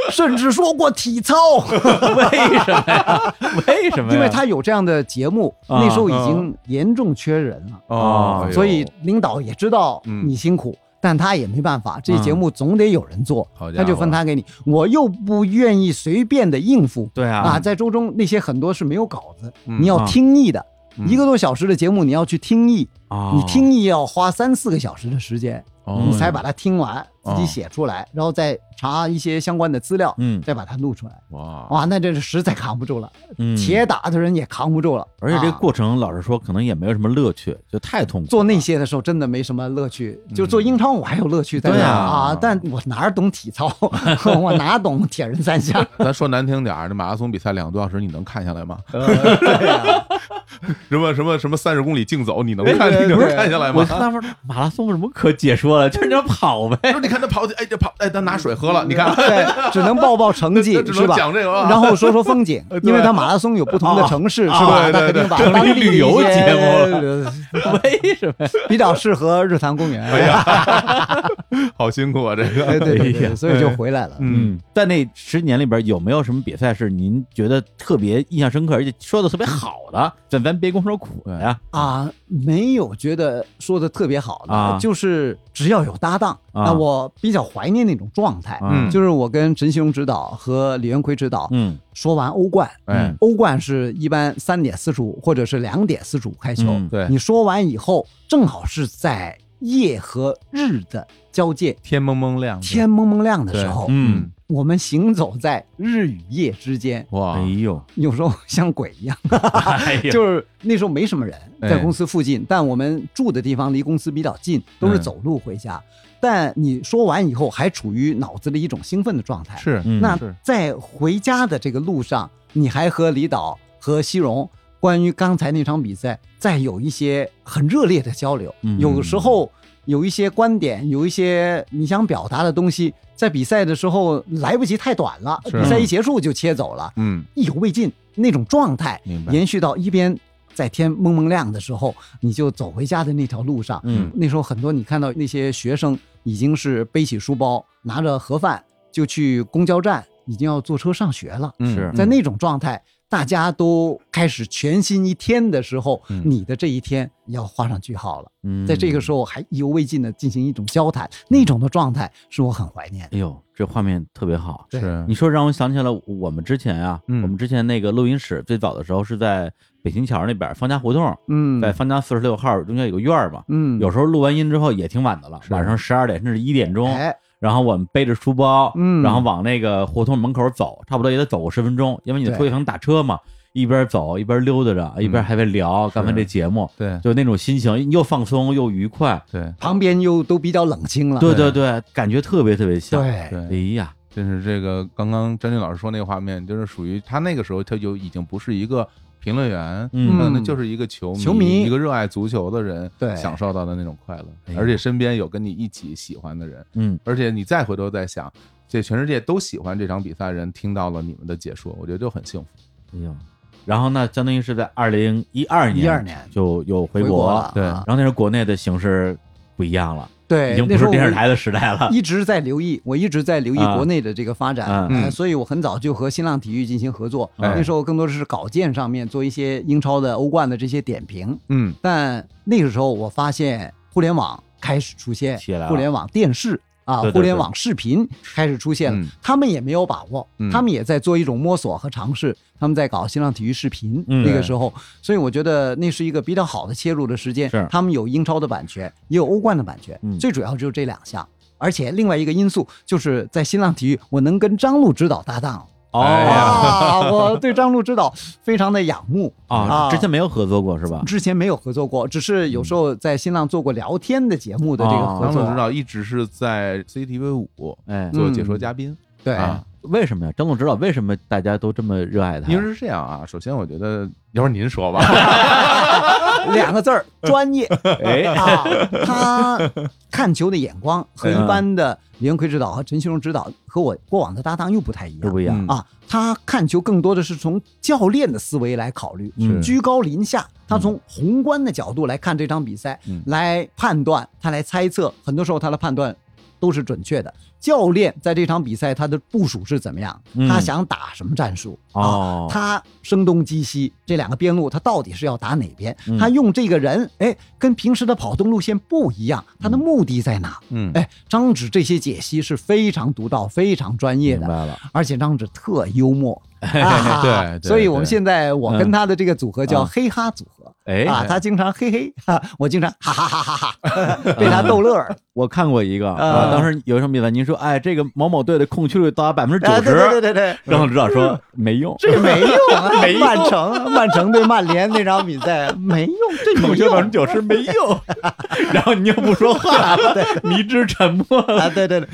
[laughs] 甚至说过
[laughs]
体操，
为什么
哎
[laughs]
呀？为什么呀？
因为他有这样的节目，
啊
那时候已经严重缺人了。啊
哦，哎呦嗯
所以领导也知道你辛苦，但他也没办法，这节目总得有人做，
好家伙
他就分摊给你。我又不愿意随便的应付
对啊，
啊，在周中那些很多是没有稿子，
嗯
你要听译的。
嗯
一个多小时的节目，你要去听译，
啊
你听译要花三四个小时的时间，
哦
你才把它听完，
哦
自己写出来，然后再查一些相关的资料，
嗯哦
再把它录出来。
哇，
哇，那这是实在扛不住了，
嗯
铁打的人也扛不住了。
而且这个
啊
过程，老实说，可能也没有什么乐趣，就太痛苦了。
做那些的时候真的没什么乐趣，就做英超我还有乐趣
嗯
在
对
那儿
啊
啊，但我哪儿懂
[laughs]
体操，我哪懂铁人三项？ [laughs] 哎
咱说难听点儿，这马拉松比赛两个多小时，你能看下来吗？ [laughs] 什么什么什么三十公里竞走，你能
哎
看你能
不是
看下来
我
吗？
看他们马拉松有什么可解说的，就是你要跑呗。
说你看他跑起，哎，这跑，哎，他拿水
嗯
喝了，你看，
对，只能报报
[laughs]
成绩
这只
是
能
吧？
讲这 [laughs] 个啊
然后说说风景
对，
因为它马拉松有不同的城市是吧？
对
那
对
肯定把
对
当地
成了一旅游节目
[laughs] 了，
为
[laughs]
什么？
比较适合日坛公园。
哎呀，好辛苦啊，这个
对对对
哎呀
对，所以就回来了。
嗯，
在那十年里边，有没有什么比赛是您觉得特别印象深刻，而且说的特别好的？咱咱别光说苦的呀，
啊，没有觉得说的特别好的，
啊
就是只要有搭档，
啊
那我比较怀念那种状态。
嗯
就是我跟陈兴荣指导和李元奎指导、
嗯
说完欧冠，
哎，
欧冠是一般三点四十五或者是两点四十五开球，
嗯
对，
你说完以后，正好是在夜和日的交界，
天蒙蒙亮的，
天蒙蒙亮的时候，
嗯，
我们行走在日与夜之间，
哇
哎，
[laughs]
呦，
有时候像鬼一样。
哎呀，
就是那时候没什么人
哎
在公司附近，但我们住的地方离公司比较近，都是
嗯
走路回家。但你说完以后，还处于脑子的一种兴奋的状态。，
是，
嗯
那
是
在回家的这个路上，你还和李导和西荣关于刚才那场比赛再有一些很热烈的交流。
嗯
有时候有一些观点，有一些你想表达的东西，在比赛的时候来不及，太短了。
是
比赛一结束就切走了。
嗯，
意犹未尽那种状态
明，白
延续到一边在天蒙蒙亮的时候，你就走回家的那条路上。
嗯
那时候很多你看到那些学生已经是背起书包，拿着盒饭就去公交站，已经要坐车上学了。
嗯
是
在那种状态，大家都开始全新一天的时候，
嗯
你的这一天要画上句号了。
嗯
在这个时候还意犹未尽的进行一种交谈，那种的状态是我很怀念的。
哎呦，这画面特别好。
对
是
你说让我想起了我们之前啊，
嗯
我们之前那个录音室最早的时候是在北新桥那边方家胡同，
嗯，
在方家四十六号中间有个院儿嘛。
嗯，
有时候录完音之后也挺晚的了，
是
晚上十二点甚至一点钟，
哎，
然后我们背着书包，
嗯
然后往那个胡同门口走，差不多也得走个十分钟，因为你得
对
出去可能打车嘛，一边走一边溜达着，
嗯
一边还在聊刚才这节目，
对
就那种心情又放松又愉快，
对
旁边又都比较冷清了。
对对对，感觉特别特别像，
对
哎
对，
呀，
真是这个刚刚张军老师说那个画面，就是属于他那个时候他就已经不是一个评论员，
嗯
可能就是一个球
球迷
一个热爱足球的人，
对
享受到的那种快乐
哎，呀
而且身边有跟你一起喜欢的人，
嗯，
而且你再回头再想，这全世界都喜欢这场比赛的人听到了你们的解说，我觉得就很幸福。
哎呦，然后呢，相当于是在二零一二年，
12年
就又回
回
国
了，
对
啊
然后那时候国内的形势不一样了，
对，
已经不
那时
是
候
电视
我
台的时代了，
一直在留意，我一直在留意
啊
国内的这个发展，
嗯
呃所以我很早就和新浪体育进行合作。
哎
那时候更多的是稿件上面做一些英超的、欧冠的这些点评，
嗯，
但那个时候我发现互联网开始出现
起来了，
互联网电视。啊，
对对对
互联网视频开始出现了，
嗯
他们也没有把握，
嗯
他们也在做一种摸索和尝试，他们在搞新浪体育视频、
嗯
那个时候，所以我觉得那是一个比较好的切入的时间
是。
他们有英超的版权，也有欧冠的版权，
嗯
最主要就是这两项。而且另外一个因素就是在新浪体育，我能跟张璐指导搭档了。
哎呀
哦
哇，我对张璐指导非常的仰慕
啊，之前没有合作过是吧？
之前没有合作过，只是有时候在新浪做过聊天的节目的这个
哦
啊
合
张
作。啊
总指导一直是在 CCTV 五
哎，
做解说嘉宾，
对、
啊
为什么呀？张总知道为什么大家都这么热爱他？
因为是这样啊，首先我觉得，要不然您说吧，
两个字儿专业
[laughs] 哎，
啊，他看球的眼光和一般的李元奎指导和陈旭荣指导和我过往的搭档又不太一
都
样
不一样
嗯，
啊。他看球更多的是从教练的思维来考虑，
嗯
居高临下，他从宏观的角度来看这场比赛，
嗯
来判断，他来猜测，很多时候他的判断都是准确的。教练在这场比赛他的部署是怎么样？
嗯
他想打什么战术、
哦
啊？他声东击西，这两个边路他到底是要打哪边？
嗯
他用这个人，哎，跟平时的跑动路线不一样，他的目的在哪？
嗯，
哎，张芷这些解析是非常独到、非常专业
明
的，
白了，
而且张芷特
[laughs]
幽默，啊
对对
所以我
对
们现在我跟他的这个组合叫嘿哈组合。
哎，
啊，他经常嘿嘿， [laughs] 哈，我经常哈哈哈哈
[laughs]
哈，被他逗乐儿。
我看过一个，
啊
啊当时有一场比赛，您说，哎，这个某某队的控球率达到百分之
啊，
九
对
十，
对对对对，
张总知道说没用，，
[laughs] 这没用
[laughs]
啊
没用
曼城曼城对曼联那场比赛没用，啊这
控
没
球百分
用
之九十没
[laughs]
用，然后你又不说话了，迷之沉默了，
啊，对对对，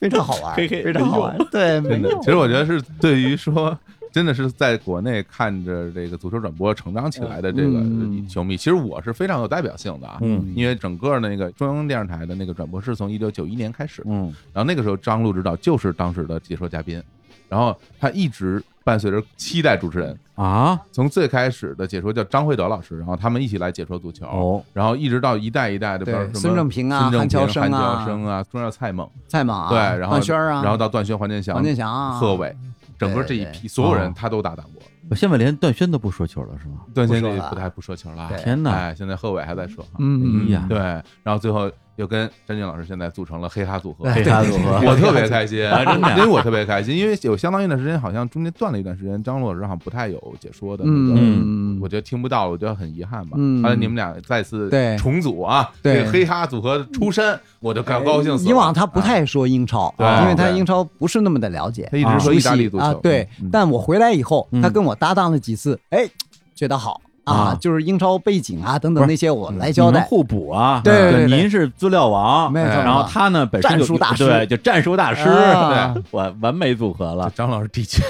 非常好玩，
[laughs] 嘿嘿
非常好玩，对，没
真的
用
其。实我觉得是对于说真的是在国内看着这个足球转播成长起来的这个
嗯
球迷，其实我是非常有代表性的啊，
嗯
因为整个那个中央电视台的那个转播是从一九九一年开始，
嗯，
然后那个时候张璐指导就是当时的解说嘉宾，然后他一直伴随着七代主持人，
啊，
从最开始的解说叫张惠德老师，然后他们一起来解说足球，
哦，
然后一直到一代一代的，比如
对
什么
孙正平啊
孙正
韩乔
平韩
生啊
乔生啊，中间蔡猛，
赛马啊
对，然后
段轩儿啊，
然后到段轩、黄健翔、
王建翔啊，
贺炜，整个这一
对对
批所有人
哦
他都搭档过。
我现在连段轩都不说球了是吗？
段
不
先
说
生
了
不太不说球了，
对
天哪，
哎，现在贺炜还在说，
嗯，
哎呀，
对，然后最后又跟詹俊老师现在组成了黑哈组合，
哎
黑
对
他
对
组合，
[laughs] 我特别开
[laughs]
心，
啊真的啊
因为我特别开心，因为有相当一段时间，好像中间断了一段时间，张璐老师好像不太有解说的那个，
嗯
我觉得听不到，我觉得很遗憾吧。
嗯
后来你们俩再次
对
重组啊，
对
这个黑哈组合出身，我就高高兴死了。
以往他不
啊，
太说英超，
对
因为他
对
英超不是那么的了解，
他一直
熟
说
悉
意大利足球嗯
啊，对。但我回来以后，
嗯
他跟我搭档了几次，哎，觉得好啊
啊，
就是英超背景啊等等那些
嗯
我来
你
交
们
代，
互补啊，
对对对对
您是资料王，
没错
然后他呢本身就
战术大师
对，就战术大师，
啊
对，我完美组合了，
嗯张老师的确，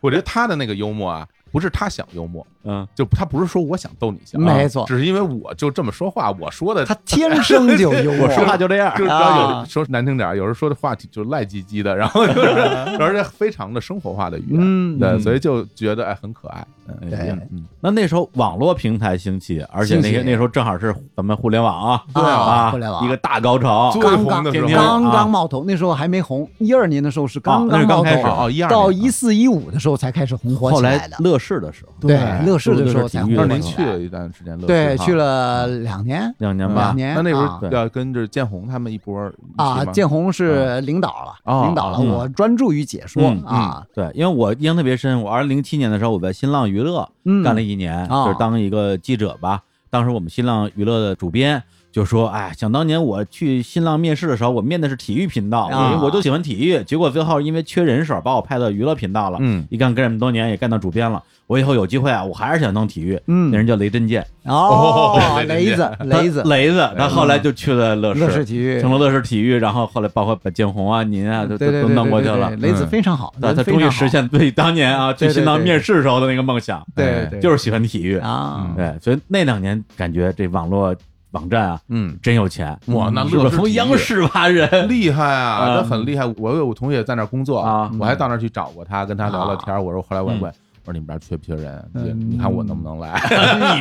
我觉得他的那个幽默啊，不是他想幽默，
嗯，
就他不是说我想逗你笑，啊
没错
只是因为我就这么说话，我说的
他天生就幽
[laughs]
默，
我说话就这样
就，是然后有、
啊
说难听点儿，有时候说的话题就赖唧唧的，然
[laughs]
后就是而且非常的生活化的语言，
嗯
对，所以就觉得哎很可爱，嗯
对
嗯
那那时候网络平台兴起，而且那
兴
个
起
那时候正好是咱们互联网啊，
对啊
啊，
互联网
一个大高潮，
最
刚
红
刚
的时候
刚
啊
刚冒头，那时候还没红，一二年的时候是
啊
刚
那是刚
冒
开始
头，
哦12
到
年
一四一五的时候才开始红火
后
起
来
的。
乐视的时候，
对
对，
乐视的时候才红
乐视体育
那
火
您
起
去
来
了一段时间乐视
对，
哈
去了两年，
两年吧
两，年。
那那
啊
会儿要跟着建宏他们一波儿一
啊
起，吗
建宏是领导了，
哦
领导了，
啊嗯
我专注于解说
嗯
啊，
对，因为我印象特别深，我二零零七年的时候，我在新浪娱乐
嗯
干了一年，
啊
就是当一个记者吧。当时我们新浪娱乐的主编就说：“哎，想当年我去新浪面试的时候，我面的是体育频道，
啊
因为我就喜欢体育。结果最后因为缺人手，把我派到娱乐频道了。
嗯
一干干这么多年，也干到主编了。我以后有机会啊，我还是想弄体育。
嗯
那人叫雷震健，
哦，雷
雷
子，雷子嗯
他，雷子，他后来就去了乐视，
乐视体育嗯
成了乐视体育，然后后来包括把建宏啊、您啊，都
对对
都
对
弄
对
过去
对
了
对。雷子非常好，
那
人
他
非
终于
常
实
好，
现自己当年啊去
对对
新浪
对
面试时候的那个梦想，
哎
对对，
就是嗯喜欢体育。
啊，
对，所以那两年感觉这网络网站啊，
嗯，
真有钱，嗯
哇，那
是不
乐
是
视
从
体育
央视挖
[laughs]
人？
厉害啊，
嗯
他很厉害。我有我同学也在那儿工作
啊
我还
嗯
到那儿去找过他，跟他聊聊
啊
天儿。我说后来我
嗯
问，我说你们这儿缺不缺人？你
嗯
你看我能不能来？
[laughs]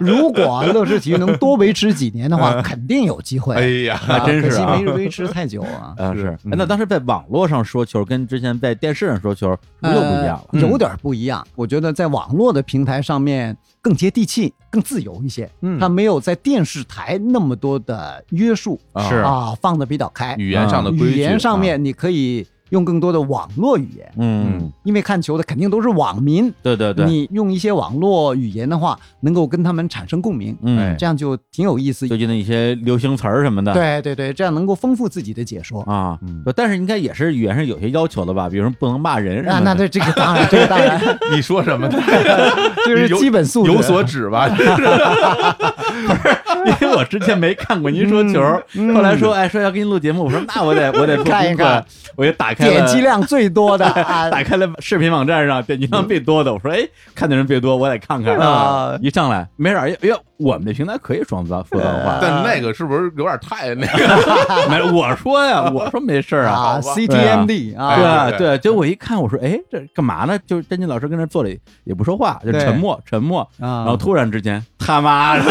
如如果乐视体育能多维持几年的话，肯定有机会。
哎呀，
啊
嗯还真是啊。
可惜没维持太久啊
嗯，
是
是。哎
嗯
那当时在网络上说球，跟之前在电视上说球是不是又不一样了。
嗯
呃有点不一样。我觉得在网络的平台上面更接地气、更自由一些，
嗯
它没有在电视台那么多的约束
啊
是
啊，放的比较开。
语言上的规矩，
啊
啊
语言上面你可以用更多的网络语言，
嗯，
因为看球的肯定都是网民，
对对对，
你用一些网络语言的话，能够跟他们产生共鸣，哎
嗯，
这样就挺有意思。
最近的一些流行词儿什么的，
对对对，这样能够丰富自己的解说。
啊
嗯，
但是应该也是语言上有些要求的吧，比如说不能骂人什
那
么
啊那
的。
这这个当然，这个当然，
[laughs] 你说什么呢？
这是基本素质。
有所指
[laughs]
吧？
因为我之前没看过您
嗯
说球，后来说哎说要给你录节目，我说那
[laughs]
我得我得做
看一
功课
看，
我就打开了
点击量最多的
[laughs]
啊，
打开了视频网站上点击量最多的，我说哎，看的人最多，我得看看
[laughs] 啊
一上来没事儿，哎呦，我们这平台可以说脏说脏话，
但是那个是不是有点太那个？
[laughs] 嗯
没事儿我说呀，我说没事儿啊
啊。，CTMD 啊，
哎
对
对
对，结果我一看，我说，哎，这干嘛呢？就是詹金老师跟那儿坐着也不说话，就
对
沉默沉默。
啊
然后突然之间，他妈的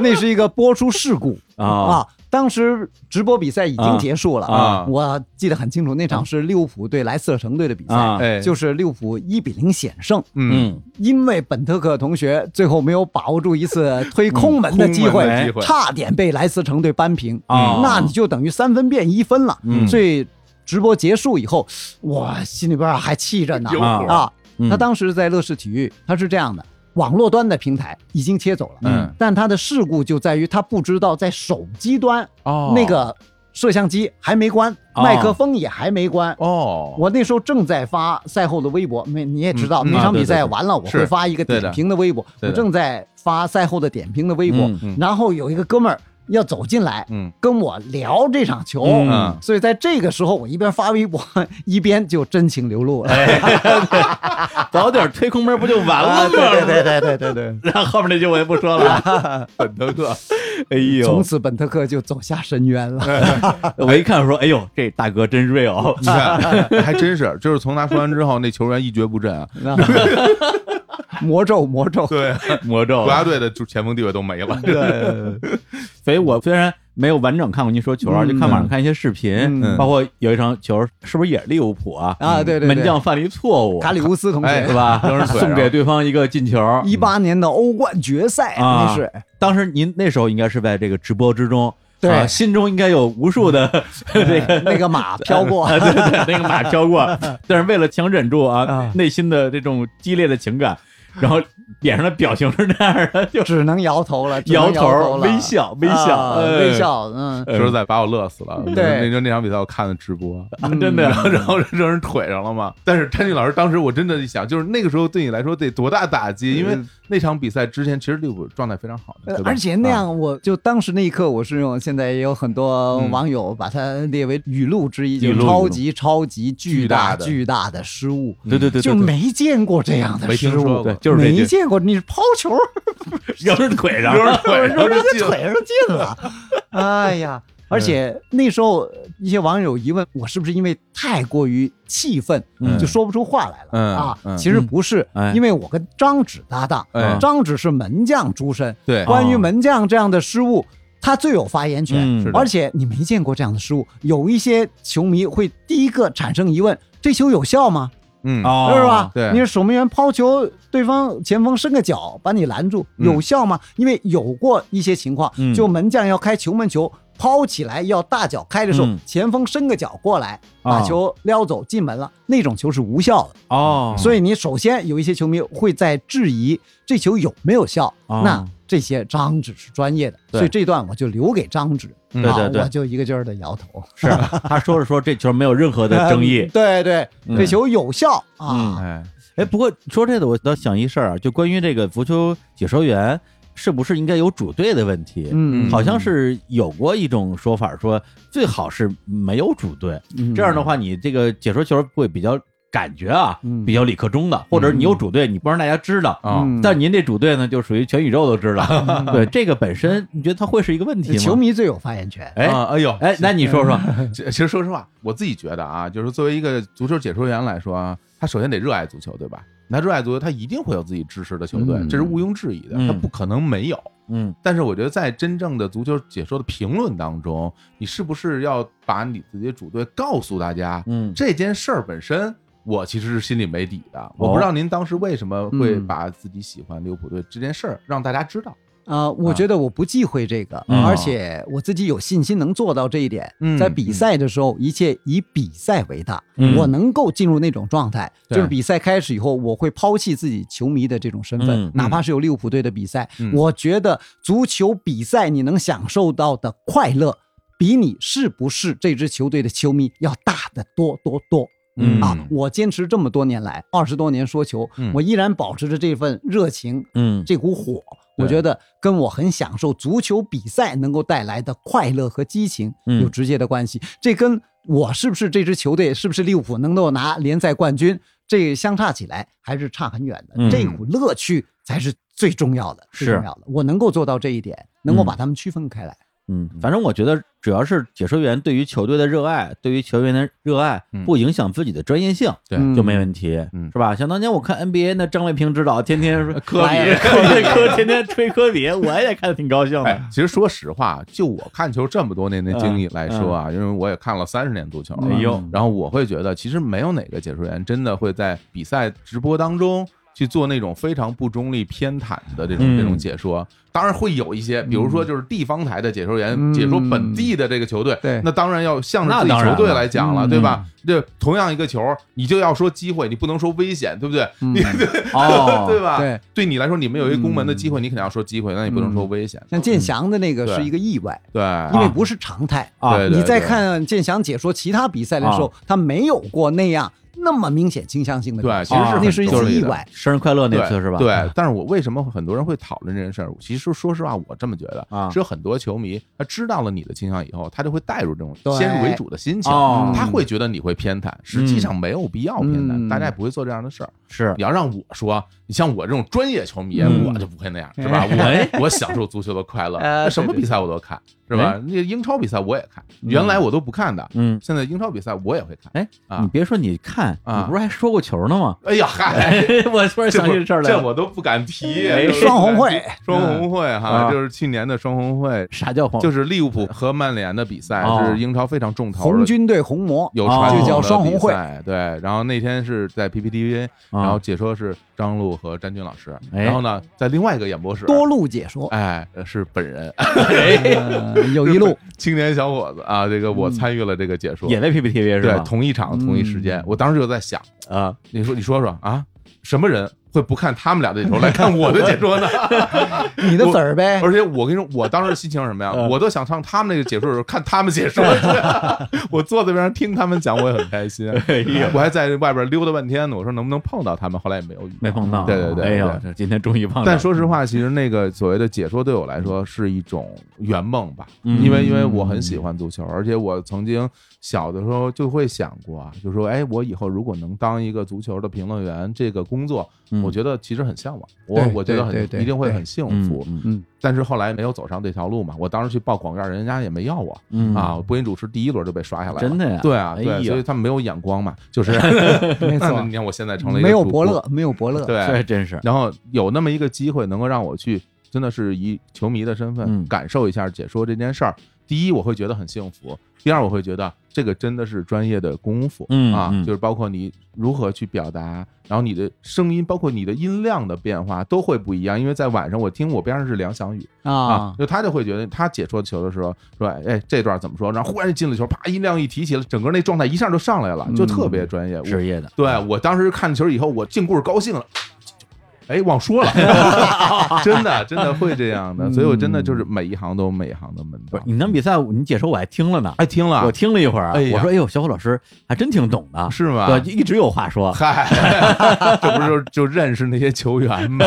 那是一个播出事故
啊
啊。当时直播比赛已经结束了
啊
我记得很清楚，那场是利物浦对莱斯特城队的比
啊
赛，
哎，
就是是利物浦一比零险胜，
嗯，
嗯，
因为本特克同学最后没有把握住一次推空门的机
空
会
门的机，会
差点被莱斯特城队扳平
啊
那你就等于三分变一分了，
嗯
所以。直播结束以后，我心里边儿还气着呢
有
啊
火，
啊！他当时在乐视体育，他是这样的，网络端的平台已经切走了，
嗯，
但他的事故就在于他不知道在手机端、
哦
那个摄像机还没关，
哦
麦克风也还没关。
哦，
我那时候正在发赛后的微博，没你也知道，
嗯嗯
那场
啊对
比赛
对对
完了，我
是
会发一个
对的
点评的微博，
对
我
的
正在发赛后的点评的微博
嗯
嗯，
然后有一个哥们儿要走进来
嗯
跟我聊这场球。
嗯
所以在这个时候，我一边发微博， [laughs] 一边就真情流露了。
早点推空门不就完
啊
了
对
吗？
对对对对对
[laughs] 然后后面那句我也不说了。
本德克，
哎
对，从
呦，
此本特克就走下深渊
[laughs]
了。 [laughs]
我一看我说，哎呦，这大哥真 real，
[laughs] 你看还真是，就是从他说完之后，那球员一蹶不振啊，
啊魔咒，魔咒，
对，
魔咒
国。家队的主前锋地位都没了。
对，所以我虽然没有完整看过您说球啊，就看网上看一些视频，
嗯
包括有一场球是不是也是利物浦啊？
啊对对对
门将犯了一错误，
卡里乌斯同
哎
学
是，
[laughs]
吧？
扔人
啊
腿上
送给对方一个进球。
一八年的欧冠决赛，
啊
那是
当时您那时候应该是在这个直播之中，
对
啊心中应该有无数的这个
那个马 [laughs] 飘过，
啊， [laughs] 对对，对那个马飘过，
[laughs]
但是为了强忍住啊
啊
内心的这种激烈的情
[laughs]
感，然后脸上的表情是那样的，就
只能摇头了，只能
摇头
头了
微笑微笑
啊
哎
微笑，嗯，
说实在，把我乐死
[laughs]
了。
对
那那那场比赛我看的直
[laughs]
播，
啊 [laughs] 真的
然后然后扔人腿上了嘛。但是詹俊老师当时我真的一想，就是那个时候对你来说得多大打击，因为那场比赛之前其实利物浦状态非常好的，对吧
嗯呃而且那
啊
样，我就当时那一刻，我是用现在也有很多网友把它列为语录之一，就
语
是
录
超级超级巨
巨大
大
的
巨大的失误，
对对对，对
就
对
没见过这样的
没听
失
说过
误。
对，，就是这
没
句
见过，你是抛球
扔人腿
[laughs]
上
啊扔人腿
扔
上
人
就进了
家
嗯
腿上进了，哎呀！而且那时候一些网友疑问我是不是因为太过于气愤，
嗯
就说不出话来了、
嗯
啊、
嗯
其实不是、
哎
因为我跟张芷搭档，
哎
张芷是门将出身，
对哦
关于门将这样的失误，他最有发言权。
嗯
是的
而且你没见过这样的失误，有一些球迷会第一个产生疑问：这球有效吗？
嗯
哦
是吧？
对
你是守门员抛球，对方前锋伸个脚把你拦住，
嗯
有效吗？因为有过一些情况，
嗯
就门将要开球门球，抛起来要大脚开的时候，
嗯
前锋伸个脚过来把
啊
球撩走进门了，那种球是无效的。
哦，
所以你首先有一些球迷会在质疑这球有没有效，
哦
那这些张纸是专业的，
对
所以这段我就留给张纸。
嗯
对
啊
对对
我就一个劲儿的摇头。
是他说着 [laughs] 说这球没有任何的争议
[laughs] 嗯，对对，
嗯
这球有效
嗯
啊，
哎，
哎，不过说这个，我倒想一事儿啊，就关于这个足球解说员是不是应该有主队的问题？
嗯
好像是有过一种说法，说最好是没有主队，
嗯
这样的话，你这个解说球会比较感觉啊，
嗯
比较理科中的，或者你有主队，你不让大家知道。
啊
嗯
但您这主队呢，就属于全宇宙都知 [laughs] 道。
[laughs]
对，这个本身你觉得它会是一个问题吗？
球，迷最有发言权。
哎
啊哎呦
哎，那你说说，
其其实说实话，我自己觉得啊，就是作为一个足球解说员来说啊，他首先得热爱足球，对吧？他热爱足球，他一定会有自己支持的球队，
嗯
这是毋庸置疑的，
嗯
他不可能没有。
[laughs] 嗯
但是我觉得，在真正的足球解说的评论当中，你是不是要把你自己的主队告诉大家？
嗯
这件事儿本身，我其实是心里没底的。我不知道您当时为什么会把自己喜欢利物浦队这件事儿让大家知道。
啊、我觉得我不忌讳这个，
嗯
而且我自己有信心能做到这一点。
嗯
在比赛的时候，一切以比赛为大，
嗯
我能够进入那种状态，
对
就是比赛开始以后，我会抛弃自己球迷的这种身份，
嗯
哪怕是有利物浦队的比赛，
嗯
我觉得足球比赛你能享受到的快乐，比你是不是这支球队的球迷要大得多多多。
嗯
啊，我坚持这么多年来，二十多年说球，
嗯
我依然保持着这份热情
嗯
这股火，
对
我觉得跟我很享受足球比赛能够带来的快乐和激情有
嗯
直接的关系。这跟我是不是这支球队，是不是利物浦能够拿联赛冠军，这相差起来还是差很远的。
嗯
这股乐趣才是最重要的，最
是
重要的。我能够做到这一点，能够
嗯
把他们区分开来。
嗯，反正我觉得只要是解说员对于球队的热爱，对于球员的热爱
嗯，
不影响自己的专业性，
对
嗯
就没问题，
嗯
是吧？想当年我看 NBA 那张卫平指导，天天说
[laughs]
科
哎呀
科比，科天天吹科比，我也看得挺高兴
哎
的。，
其实说实话，就我看球这么多年的经历来说啊，因为我也看了三十年足球了，
哎呦
然后我会觉得，其实没有哪个解说员真的会在比赛直播当中去做那种非常不中立、偏袒的这种
嗯
这种解说。当然会有一些，比如说就是地方台的解说员
嗯
解说本地的这个球队，
对
那当然要向着
那
自己
当
球
然
队
了
来讲了，
嗯
对吧？这同样一个球，你就要说机会，你不能说危险，对不对？
嗯
你
哦，
哎 [laughs] 对吧？
对，
你来说，你们有一个攻门的机会，你肯定要说机会，那你不能说危险。
嗯
像建翔的那个
对
是一个意外，
对，
因为不是常态。
啊
对对啊
你在
对
看建翔解说其他比赛的时候，他没有过那样那么明显倾向性的
对，
表
其
现，
实是哎
啊
很
那是一
纠
次
结
意
的
外。
生日快乐那次
对
是吧？啊
对，但是我为什么很多人会讨论这件事儿？其实说实话，我这么觉得
啊
只有很多球迷他知道了你的倾向以后，他就会带入这种
对
先入为主的心情，
哦嗯
他会觉得你会偏袒，实际上没有必要偏袒，
嗯
大家也不会做这样的事儿。
是
你要让我说，你像我这种专业球迷，
嗯
我就不会那样，
[laughs]
是吧？
哎
我我享受足球的
[laughs]
快乐，
呃
那什么
对对
比赛我都看，是
哎
吧？那英超比赛我也看，原来我都不看的，
嗯，
现在英超比赛我也会看。
哎，
啊
你别说你看，
啊
你不是还说过球呢吗？ [laughs]
哎呀，嗨。
我突然想起这事儿来
这
了，哎
我都不敢提。
双红
哎
会，
双红会哈，
啊
就是去年的双红会，
[laughs] 啥叫黄？
就是是利物浦和曼联的比赛，
哦
是英超非常重头
红
的，
军对红魔，
有
哦
传统
就
叫
的
双红
比
会
赛对，然后那天是在 PPTV，然后解说是张璐和詹军老师，
啊哎
然后呢，在另外一个演播室，
多路解说，
哎是本人，
呃有
[laughs]
一路
青年小伙子啊，这个我参与了这个解说，
嗯也在 PPTV 是
对
吧？
同一场同一时间
嗯，
我当时就在想， [laughs]
啊，
你说你说说啊，什么人会不看他们俩的解说来看我的解说呢？
你的子儿
哎
呗，
而且我跟你说，我当时心情是什么
[laughs]
呀？
嗯
我都想上他们那个解说的时候看他们解说，
[laughs]
我坐在边上听他们讲，我也很开心。
哎
我还在外边溜达半天呢，我说能不能碰到他们，后来也没有遇到
没碰到。
[laughs] 对对对
哎呦
对，
这今天终于碰到了。
但说实话，其实那个所谓的解说对我来说是一种圆梦吧，
嗯
因为因为我很喜欢足球，而且我曾经小的时候就会想过啊，就说哎，我以后如果能当一个足球的评论员，这个工作，
嗯
我觉得其实很向往，我
对
我觉得
对
很
对对
一定会很幸福。
嗯
嗯，
但是后来没有走上这条路嘛，我当时去报广告，人家也没要我。
嗯
啊，播音主持第一轮就被刷下来了，
真的呀
对啊，
哎
对，
呀
所以他们没有眼
[laughs]
光嘛，就是，[laughs]
没
那
错
你，看我现在成了一个
没有
主
伯
播
乐，，没有伯乐，
对，
这还真是。
然后有那么一个机会，能够让我去，真的是以球迷的身份
嗯
感受一下解说这件事儿。第一，我会觉得很幸福；第二，我会觉得这个真的是专业的功夫，
嗯
啊，
嗯
就是包括你如何去表达，然后你的声音，包括你的音量的变化都会不一样。因为在晚上，我听我边上是梁翔宇
啊，
就他就会觉得他解说球的时候说，哎，这段怎么说？然后忽然进了球，啪，音量一提起来，整个那状态一下就上来了，
嗯
就特别专业。我
职业的，
对我当时看球以后，我进故事高兴了。哎，忘说了，
[laughs]
真的真的会这样的，所以我真的就是每一行都有每一行的门
嗯不
道
是。你那比赛，你解说我还听了呢，
哎，听
我
了
听了一会儿啊，
哎呀
我说哎呦，小虎老师还真挺懂的，
是吗？
对，一直有话说。
嗨， [laughs] 这不是就就认识那些球
[laughs]
员吗？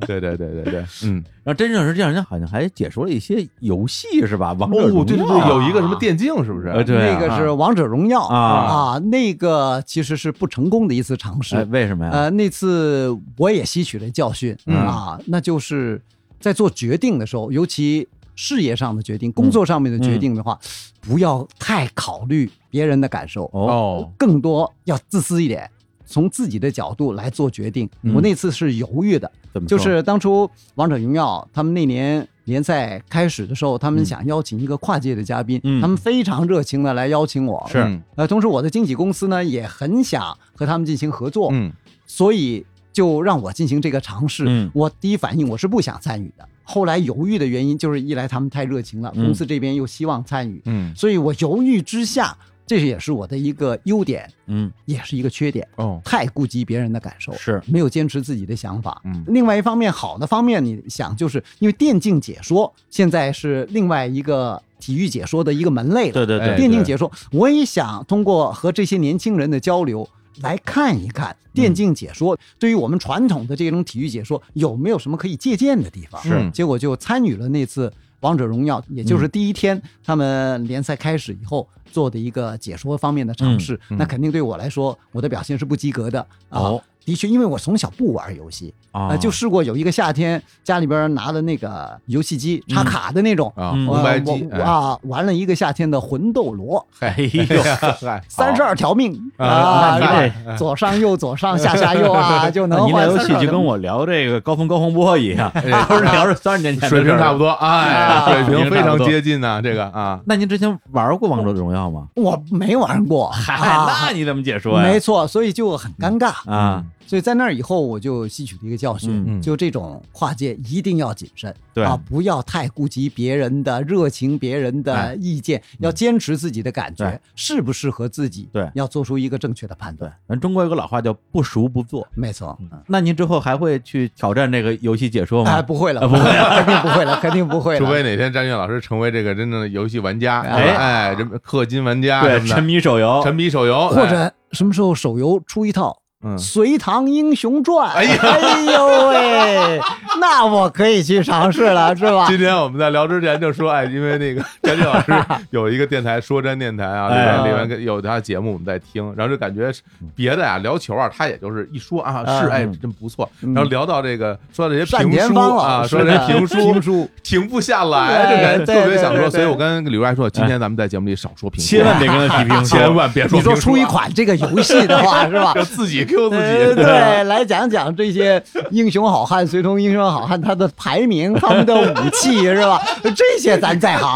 对对对对对，嗯，
然后真正是这样，人家好像还解说了一些游戏是吧？王者
哦，对对
荣
对，
耀啊
有一个什么电竞是不是？
呃对
那
啊
个是王者荣耀
啊
啊，那个其实是不成功的一次尝
哎
试，
为什么呀？
呃，那次我也吸取了教训、
嗯
啊，那就是在做决定的时候，尤其事业上的决定、工作上面的决定的话，不要太考虑别人的感受，
嗯哦，
哦，
更多要自私一点，从自己的角度来做决定。
嗯
我那次是犹豫的，
怎么
就
说
是当初王者荣耀他们那年联赛开始的时候，他们想邀请一个跨界的嘉宾，
嗯
他们非常热情的来邀请我，
是
嗯
呃，同时我的经纪公司呢也很想和他们进行合作，
嗯
所以就让我进行这个尝试。
嗯
我第一反应我是不想参与的，后来犹豫的原因就是一来他们太热情了，
嗯
公司这边又希望参与，
嗯，
所以我犹豫之下，这也是我的一个优点，
嗯哦
也是一个缺点，
哦，
太顾及别人的感受，
是
没有坚持自己的想法。
嗯
另外一方面，好的方面，你想就是因为电竞解说现在是另外一个体育解说的一个门类了，
对对
哎
对，
电竞解说，我也想通过和这些年轻人的交流来看一
嗯
看电竞解说对于我们传统的这种体育解说有没有什么可以借鉴的地方。嗯
是嗯
结果就参与了那次王者荣耀，也就是第一天他们联赛开始以后做的一个解说方面的尝试。
嗯嗯
那肯定对我来说，我的表现是不及格的啊。
哦
的确，因为我从小不玩游戏，
啊
哦
呃，就试过有一个夏天家里边拿的那个游戏机插卡的那种，
啊，
嗯
红
我
白机，
我啊，玩了一个夏天的魂斗罗，
哎呦，
嗨，
哎三十二条命
啊
啊，
那你哎
是吧左上右左上下下
[laughs]
右啊，就
那
能
您聊
换
游
三
戏
十二
就跟
条命。
我聊这个高峰高洪波一样， [laughs] 都是聊着三十年前
水平差不
多。
多，哎，
啊
水平非
水平差
常
不多
接近呐，这个啊，
那您之前玩过王者荣耀吗？
我没玩过，
嗨，
啊
那你怎么解说呀？
没错，所以就很尴尬。
啊，
所以在那儿以后，我就吸取了一个教
嗯
训，
嗯
就这种跨界一定要谨慎，
对
啊，不要太顾及别人的热情、别人的意见，要坚持自己的感觉
哎嗯对
适不适合自己，
对
要做出一个正确的判
对
断。，
咱中国有个老话叫不熟不做。
没错，嗯
那您之后还会去挑战这个游戏解说
哎，
吗？
不会了，不会 [laughs] 了，肯定不会了，肯定不会了，
除非哪天张俊老师成为这个真正的游戏玩家，
哎
哎，这氪金玩家
对
什，么
沉
的，
迷手游，
沉迷手游，
或
哎
者什么时候手游出一套
嗯，
《隋唐英雄传》？
哎呀
呦喂，那我可以去尝试了，是
[laughs]
吧？
今天我们在聊之前就说，
[laughs]
哎，因为那个 [laughs] 詹俊老师有一个电台说詹电台啊，里
哎
面里面跟有他的节目我们在听，然后就感觉别的呀聊球啊，他也就是一说啊是
嗯
哎真不错，
嗯
然后聊到这个说到这些
单
评
田
书
芳
啊，
老师
说这些
的
评书
评书，
停不下来，就感觉
对
特别
对
想
对
说，
对嗯
所以我跟李如爱说，今天咱们在节目里少说评书，
千
啊
万别跟他提评书，
[laughs] 千万别说评
你说
书
出
啊
一款这个游戏的话，是吧？
就自己 Q [laughs] 自
呃
己，
对，来讲讲这些英雄好汉、随从英雄好汉他的排名、他们的武器是吧？这些咱在行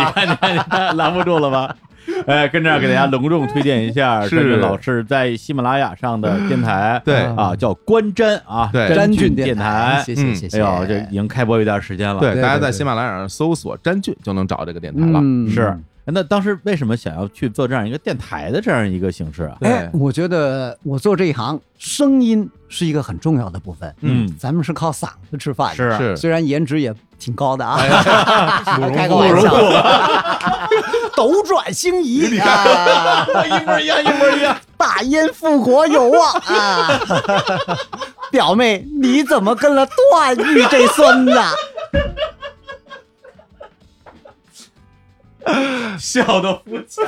你
啊。
看，你看，你看，拦不住了
[laughs]
吧？哎，跟这儿给大家隆重推荐一下，
是
这是老师在喜马拉雅上的电台，
对
啊，叫观瞻啊，
对
詹
俊
电
台，谢谢
嗯
谢谢。
哎呦，这已经开播有段时间了，
对，
对
大家
对
在
对
喜马拉雅上搜索“詹俊”就能找这个电台了。 [laughs]
嗯
是。哎那当时为什么想要去做这样一个电台的这样一个形式啊？
哎，我觉得我做这一行，声音是一个很重要的部分。
嗯
咱们是靠嗓子吃饭
啊
的，
是
虽然颜值也挺高的啊， [laughs]
慕容
开个
复
玩笑，斗转星移啊，
一模一样，一模一
[laughs]
样。
大燕复国有望啊！表妹，你怎么跟了段誉这孙子？
笑的不行，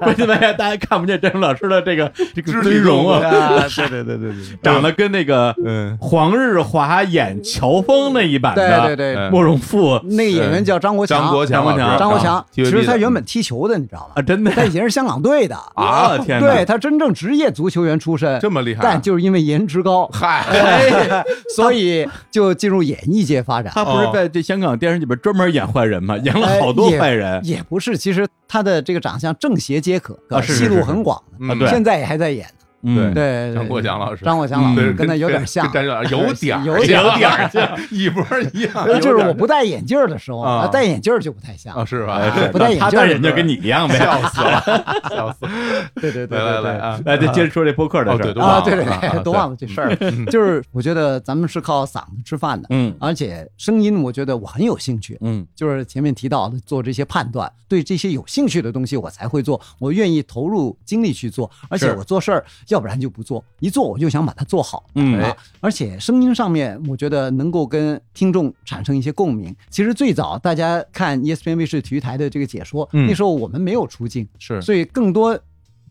关键大家大家看不见詹姆老师的这个这 [laughs] 个尊容啊，
啊！对对对对对，
长得跟那个
嗯，
黄日华演乔峰那一版
对
的
对对，
慕容复
那个演员叫张国强，
张国强老师，
强
张国强
啊，
其实他原。
TVB
本踢球的，你知道
啊，
吗？
真的
他以前是香港队的，
啊，天哪！
对他真正职业足球员出身
的，这么厉害啊，
但就是因为颜值高，
嗨，
哎所以就进入演艺
[laughs]
界发
[laughs]
展。
他不是在这香港电视里边专门演坏人吗？演
哎
了好多坏人
也不是，其实他的这个长相正邪皆可，
啊是是
戏
是
路很广的，
嗯
对
现在也还在演。
嗯
对
对，对
张国强老师
张国强老
对
师跟他有点像
跟，詹俊老师有点儿
有点儿
有点儿像， [laughs] 一模一样，
呃
有
[laughs] 就是
点儿
我不戴眼镜儿的时候，
啊
啊戴眼镜儿就不太像
啊，。是吧？ [laughs]
哎 [laughs] 不戴眼镜
他
儿
戴眼镜跟你一样呗。
笑死了， [laughs] 笑死了！
[laughs] 对对对
来来
对
[laughs]
来
对。
啊，
哎，就接着说这播客的
哦对
事
都
儿。
忘了
啊，对对 [laughs]
啊啊
对，都忘了这事儿了。就是我觉得咱们是靠嗓子吃饭的，
嗯
而且声音，我觉得我很有兴趣。
嗯，
就是前面提到的做这些判断，对这些有兴趣的东西我才会做，我愿意投入精力去做，而且
是
我做事儿要不然就不做，一做我就想把它做好。
嗯
啊，而且声音上面，我觉得能够跟听众产生一些共鸣。其实最早大家看 E ESPN 卫视体育台的这个解说，
嗯
那时候我们没有出镜，
是
所以更多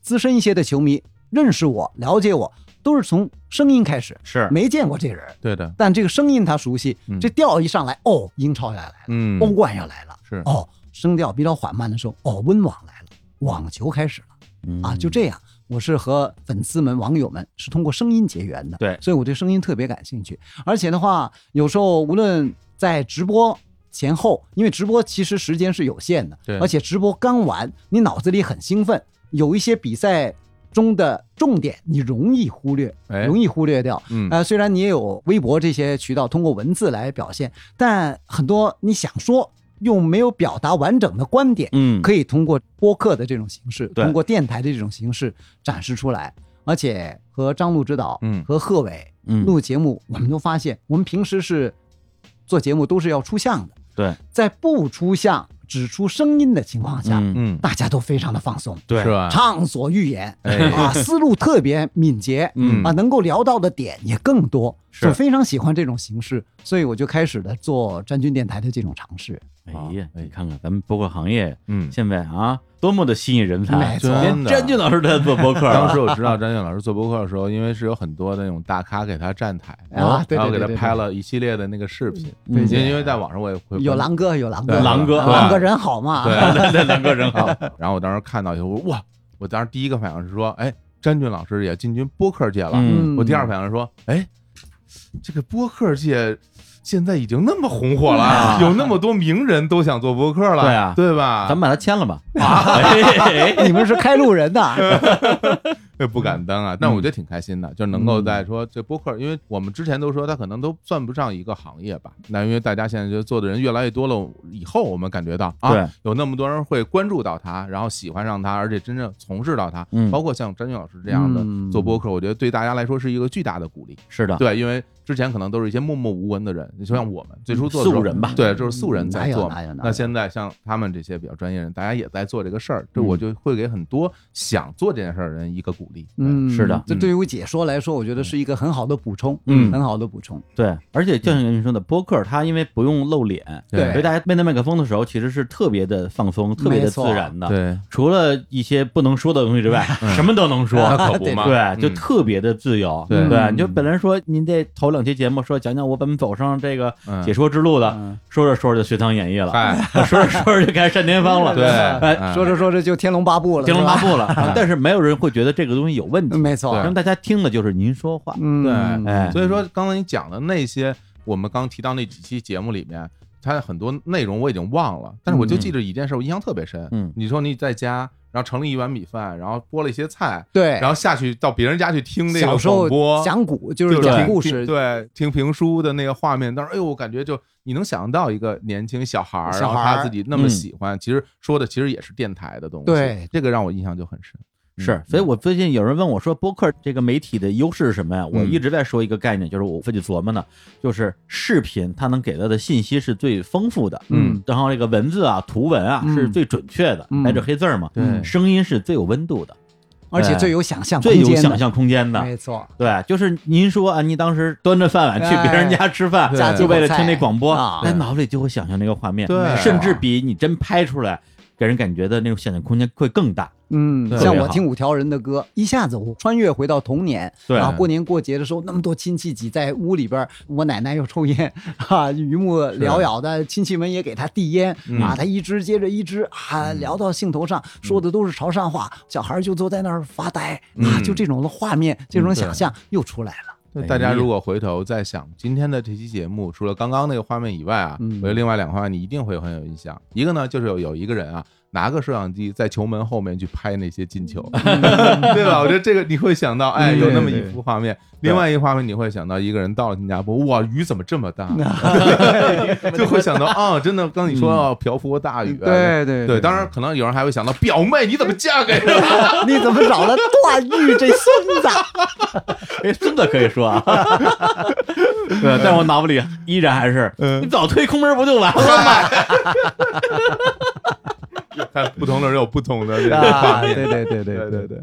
资深一些的球迷认识我、了解我，都是从声音开始，
是
没见过这人，
对的，
但这个声音他熟悉，这调一上来，哦，英超要来了，
嗯
欧冠要来了，
是
哦，声调比较缓慢的时候，哦，温网来了，网球开始
嗯
了，啊，就这样。我是和粉丝们、网友们是通过声音结缘的，
对
所以我对声音特别感兴趣。而且的话，有时候无论在直播前后，因为直播其实时间是有限的，
对
而且直播刚完，你脑子里很兴奋，有一些比赛中的重点你容易忽略，
哎
容易忽略掉。
嗯
呃，虽然你也有微博这些渠道通过文字来表现，但很多你想说又没有表达完整的观点，
嗯，
可以通过播客的这种形式，
对
通过电台的这种形式展示出来。而且和张璐指导，
嗯
和贺炜
嗯
录节目，我们都发现，我们平时是做节目都是要出像的，
对，
在不出像只出声音的情况下，
嗯
嗯，
大家都非常的放松，
对
是吧？
畅所欲言、
哎
啊，思路特别敏捷，
嗯
啊，能够聊到的点也更多，
是
我非常喜欢这种形式，所以我就开始了做詹军电台的这种尝试。
哎呀，你看看咱们播客行业
嗯，
现在啊，多么的吸引人才！啊 [laughs]
没错
连詹俊老师都在做播客
当
了。
时我知道詹俊老师做播客的时候，因为是有很多那种大咖给他站台
啊对对对
然后给他
对对
拍了一系列的那个视频，
对
因
对
为因为在网上我也会
有狼哥，有狼哥，
对
狼哥呃嗯
啊
对
狼哥人好嘛？
对
那那两个人好，
然后我当时看到以后，我说哇！我当时第一个反应是说，哎，詹俊老师也进军播客界了。
嗯
我第二反应是说，哎，这个播客界现在已经那么红火了，有那么多名人都想做播客了，
嗯对啊
对吧？
咱们把他签了吧。哎
[laughs] 你们是开路人
[laughs]
的，
[laughs] 们不敢当啊，但我觉得
嗯
挺开心的，就能够在说这播客，因为我们之前都说它可能都算不上一个行业吧。那因为大家现在就做的人越来越多了，以后我们感觉到
对
啊，有那么多人会关注到它，然后喜欢上它，而且真正从事到它
嗯，
包括像詹俊老师这样的
嗯
做播客，我觉得对大家来说是一个巨大的鼓励。
[laughs]
啊
是的，
对，因为之前可能都是一些默默无闻的人，就像我
嗯
们最初做的
素
时候
人吧
对，就是素人
哪
在
有
做
哪
嘛
有哪。
那
有
现在像他们这些比较专业人，大家也在做这个事儿，这
嗯
我就会给很多想做这件事儿的人一个鼓励。对，
嗯，
是的
这
嗯
对于我解说来说，我觉得是一个很好的补充，
嗯
很好的补充。
对，而且就像你说的，播客它因为不用露脸，
对
所以大家面对麦克风的时候，其实是特别的放松，特别的自
错
然的。，
对，
除了一些不能说的东西之外，什么都能说。
那可不
[laughs]
嘛，
对，就
嗯
特别的自由。
对
对，你就本来说您这头两期节目说讲讲我怎么走上这个
嗯
解说之路的
嗯，
说着说着就《隋唐演 [laughs] 义》了，
[laughs]
嗨，
说着说着就开始单田芳 [laughs] 了，
对
哎，
嗯
说着说着就《天龙八部》了，
《天龙八
是吧
部》 [laughs] 了。然后啊但是没有人会觉得这个东西有问题，
嗯没错
让大家听的就是您说话。
嗯，
对
哎，
所以说，刚才你讲的那些，我们刚提到那几期节目里面，它很多内容我已经忘了，但是我就记着一件事，我印象特别深。
嗯
你说你在家，然后盛了一碗米饭，然后剥了一些菜，
对
然后下去到别人家去听那
哎小
个
时候
广播，
讲古就
就是是
讲
听
故
听
事，
对，听评书的那个画面，当时哎呦，我感觉就你能想到一个年轻小孩儿，
小
然后
孩儿
他自己那么
嗯
喜欢，其实说的其实也是电台的东西，
对，
这个让我印象就很深。
是，所以我最近有人问我说，播客这个媒体的优势是什么呀？我一直在说一个概念，就是我自己琢磨呢，就是视频它能给到的信息是最丰富的，
嗯，
然后这个文字啊、图文啊
嗯
是最准确的，
嗯
白纸黑字儿嘛，
对
声音是最有温度的，
而且最有想象空
最
间
有
的
想象啊空间的。
没错，
对，就是您说啊，你当时端着饭碗去
哎
别人家吃饭，
对
就为了听那广播
啊，
在脑子里就会想象那个画面，
对
甚至比你真拍出来给人感觉的那种想象空间会更大。
嗯
对，
像我听五条人的歌，一下子我穿越回到童年，
对
然后过年过节的时候，那么多亲戚挤在屋里边儿，我奶奶又抽烟啊，榆木缭绕的，亲戚们也给她递烟啊，她一支接着一支啊，聊到兴头上，说的都是潮汕话，小孩儿就坐在那儿发呆啊，
嗯
就这种的画面，这种想象又出来了，
对
哎
大家
呀
如果回头再想今天的这期节目，除了刚刚那个画面以外啊，
嗯
我觉得另外两个画面你一定会很有印象。一个呢，就是有有一个人啊，拿个摄像机在球门后面去拍那些
[laughs]
进球， [laughs] 对吧？我觉得这个你会想到，哎，有那么
嗯
一幅画面。另外一个画面你会想到一个人到了新加坡，哇，雨怎么这么
[laughs]
大？就会想到啊，真的，刚你说到瓢泼大雨啊，
嗯对
对，当然可能有人还会想到表妹，你怎么嫁给人？
你怎么找了段誉这孙子？
哎，孙子可以说啊， [laughs] 对，但我脑子里依然还是，
嗯
你早推空门不就完了
[laughs]
吗？
[laughs] 看不同的人有不同的这个画
啊，
面。
对对对对
对
[laughs]
对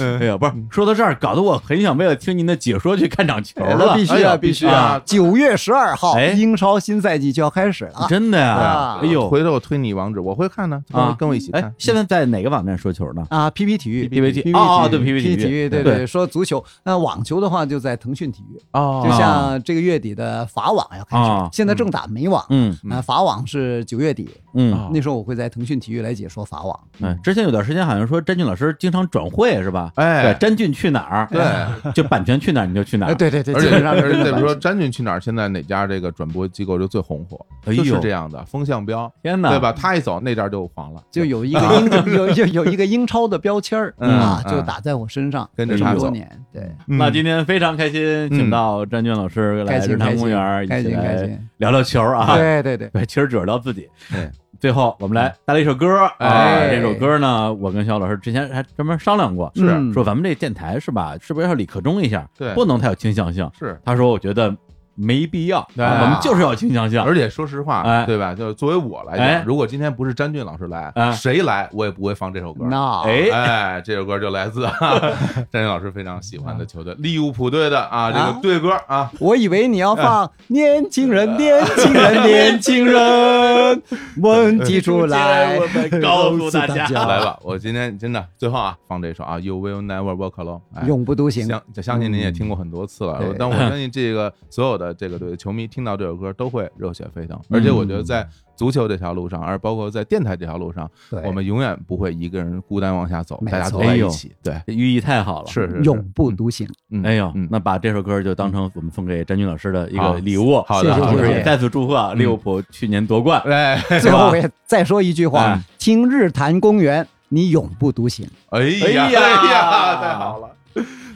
嗯对，
哎呦，不是，说到这儿，搞得我很想为了听您的解说去看场球
那
了
必。
哎
须
呀
啊，
必
必
须
须
啊
啊！九月十二号，
哎
英超新赛季就要开始了。
真的呀
啊！
哎呦，
回头我推你网址，我会看呢，
啊
跟我一起
哎
看，。
现在在哪个网站说球呢？
啊，PP 体育
PPT
体育
哦哦对
PP
，PPT 体育
体育，对
对
对，说足球，那网球的话就在腾讯体育，
哦
就像这个月底的法网要开
啊
始，现在正打美网，
嗯
啊，法网是九月底，
哦
嗯，
那时候我会在腾讯体育来解说法网，
哎，之前有段时间好像说詹俊老师经常转会是吧？
哎
对，詹俊去哪儿？
对，
就版权去哪儿你就去哪
哎，
儿。
对对对，
而
基
且
本上
而
是
且
哎这
再
么
比如说
说，
詹俊去哪儿，现在哪家这个转播机构就最红火，
哎
就
呦
是这样的风向标，
天哪，
对吧？？他一走，那家就黄了，
就有一个
啊
英有有有一个英超的标签儿
嗯
啊，
嗯
就打在我身上，
跟着
他
这么多
走
年，对，
嗯
那今天非常开心，请到詹俊老师来
开心
日坛
开
公
心
园，
开
一起
心开
来
心
聊聊球啊。
对对对，
对，其实主要是聊自己。
对，
最后我们来带来一首歌，啊，
哎
这首歌呢，我跟肖老师之前还专门商量过，
是
嗯
啊说咱们这电台是吧，是不是要理科中一下？
对
不能太有倾向性。
是。
他说我觉得没必要，啊
对
我们就是要倾向性。
而且说实话，
哎
对吧？就作为我来
哎
讲，如果今天不是詹俊老师来
哎，
谁来我也不会放这首歌。
那
哎，
哎，这首歌就
[laughs]
来自詹俊老师非常喜欢的球队利物浦队的啊，这个
啊
队歌啊，
我以为你要放年轻人，年轻人，年轻人，们记住来，
哎我们告诉大家
来吧，我今天真的最后啊，放这首啊，You Will Never Walk Alone，哎
永不独行。
相相信您也听过很多次了，
嗯
对
但我相信这个所有的这个对球迷听到这首歌都会热血沸腾，
嗯
而且我觉得在足球这条路上，而包括在电台这条路上，
对
我们永远不会一个人孤单往下走，
没
大家都
错
在一起，对，
这寓意太好了。。
是是是，
永不独行，
嗯
哎呦，
嗯
那把这首歌就当成我们送给詹俊老师的一
好
个礼物，
好的
谢谢
好
同时
的，
也再次祝贺啊利物浦去年夺冠。
哎
最后我也再说一句话
哎：
听日坛公园，你永不独行。
[laughs] 哎呀
哎
哎
呀
呀，太好了，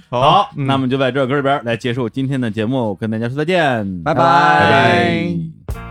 好，
嗯
那么就在这首歌里边来结束今天的节目，跟大家说再见，
拜
拜
拜
拜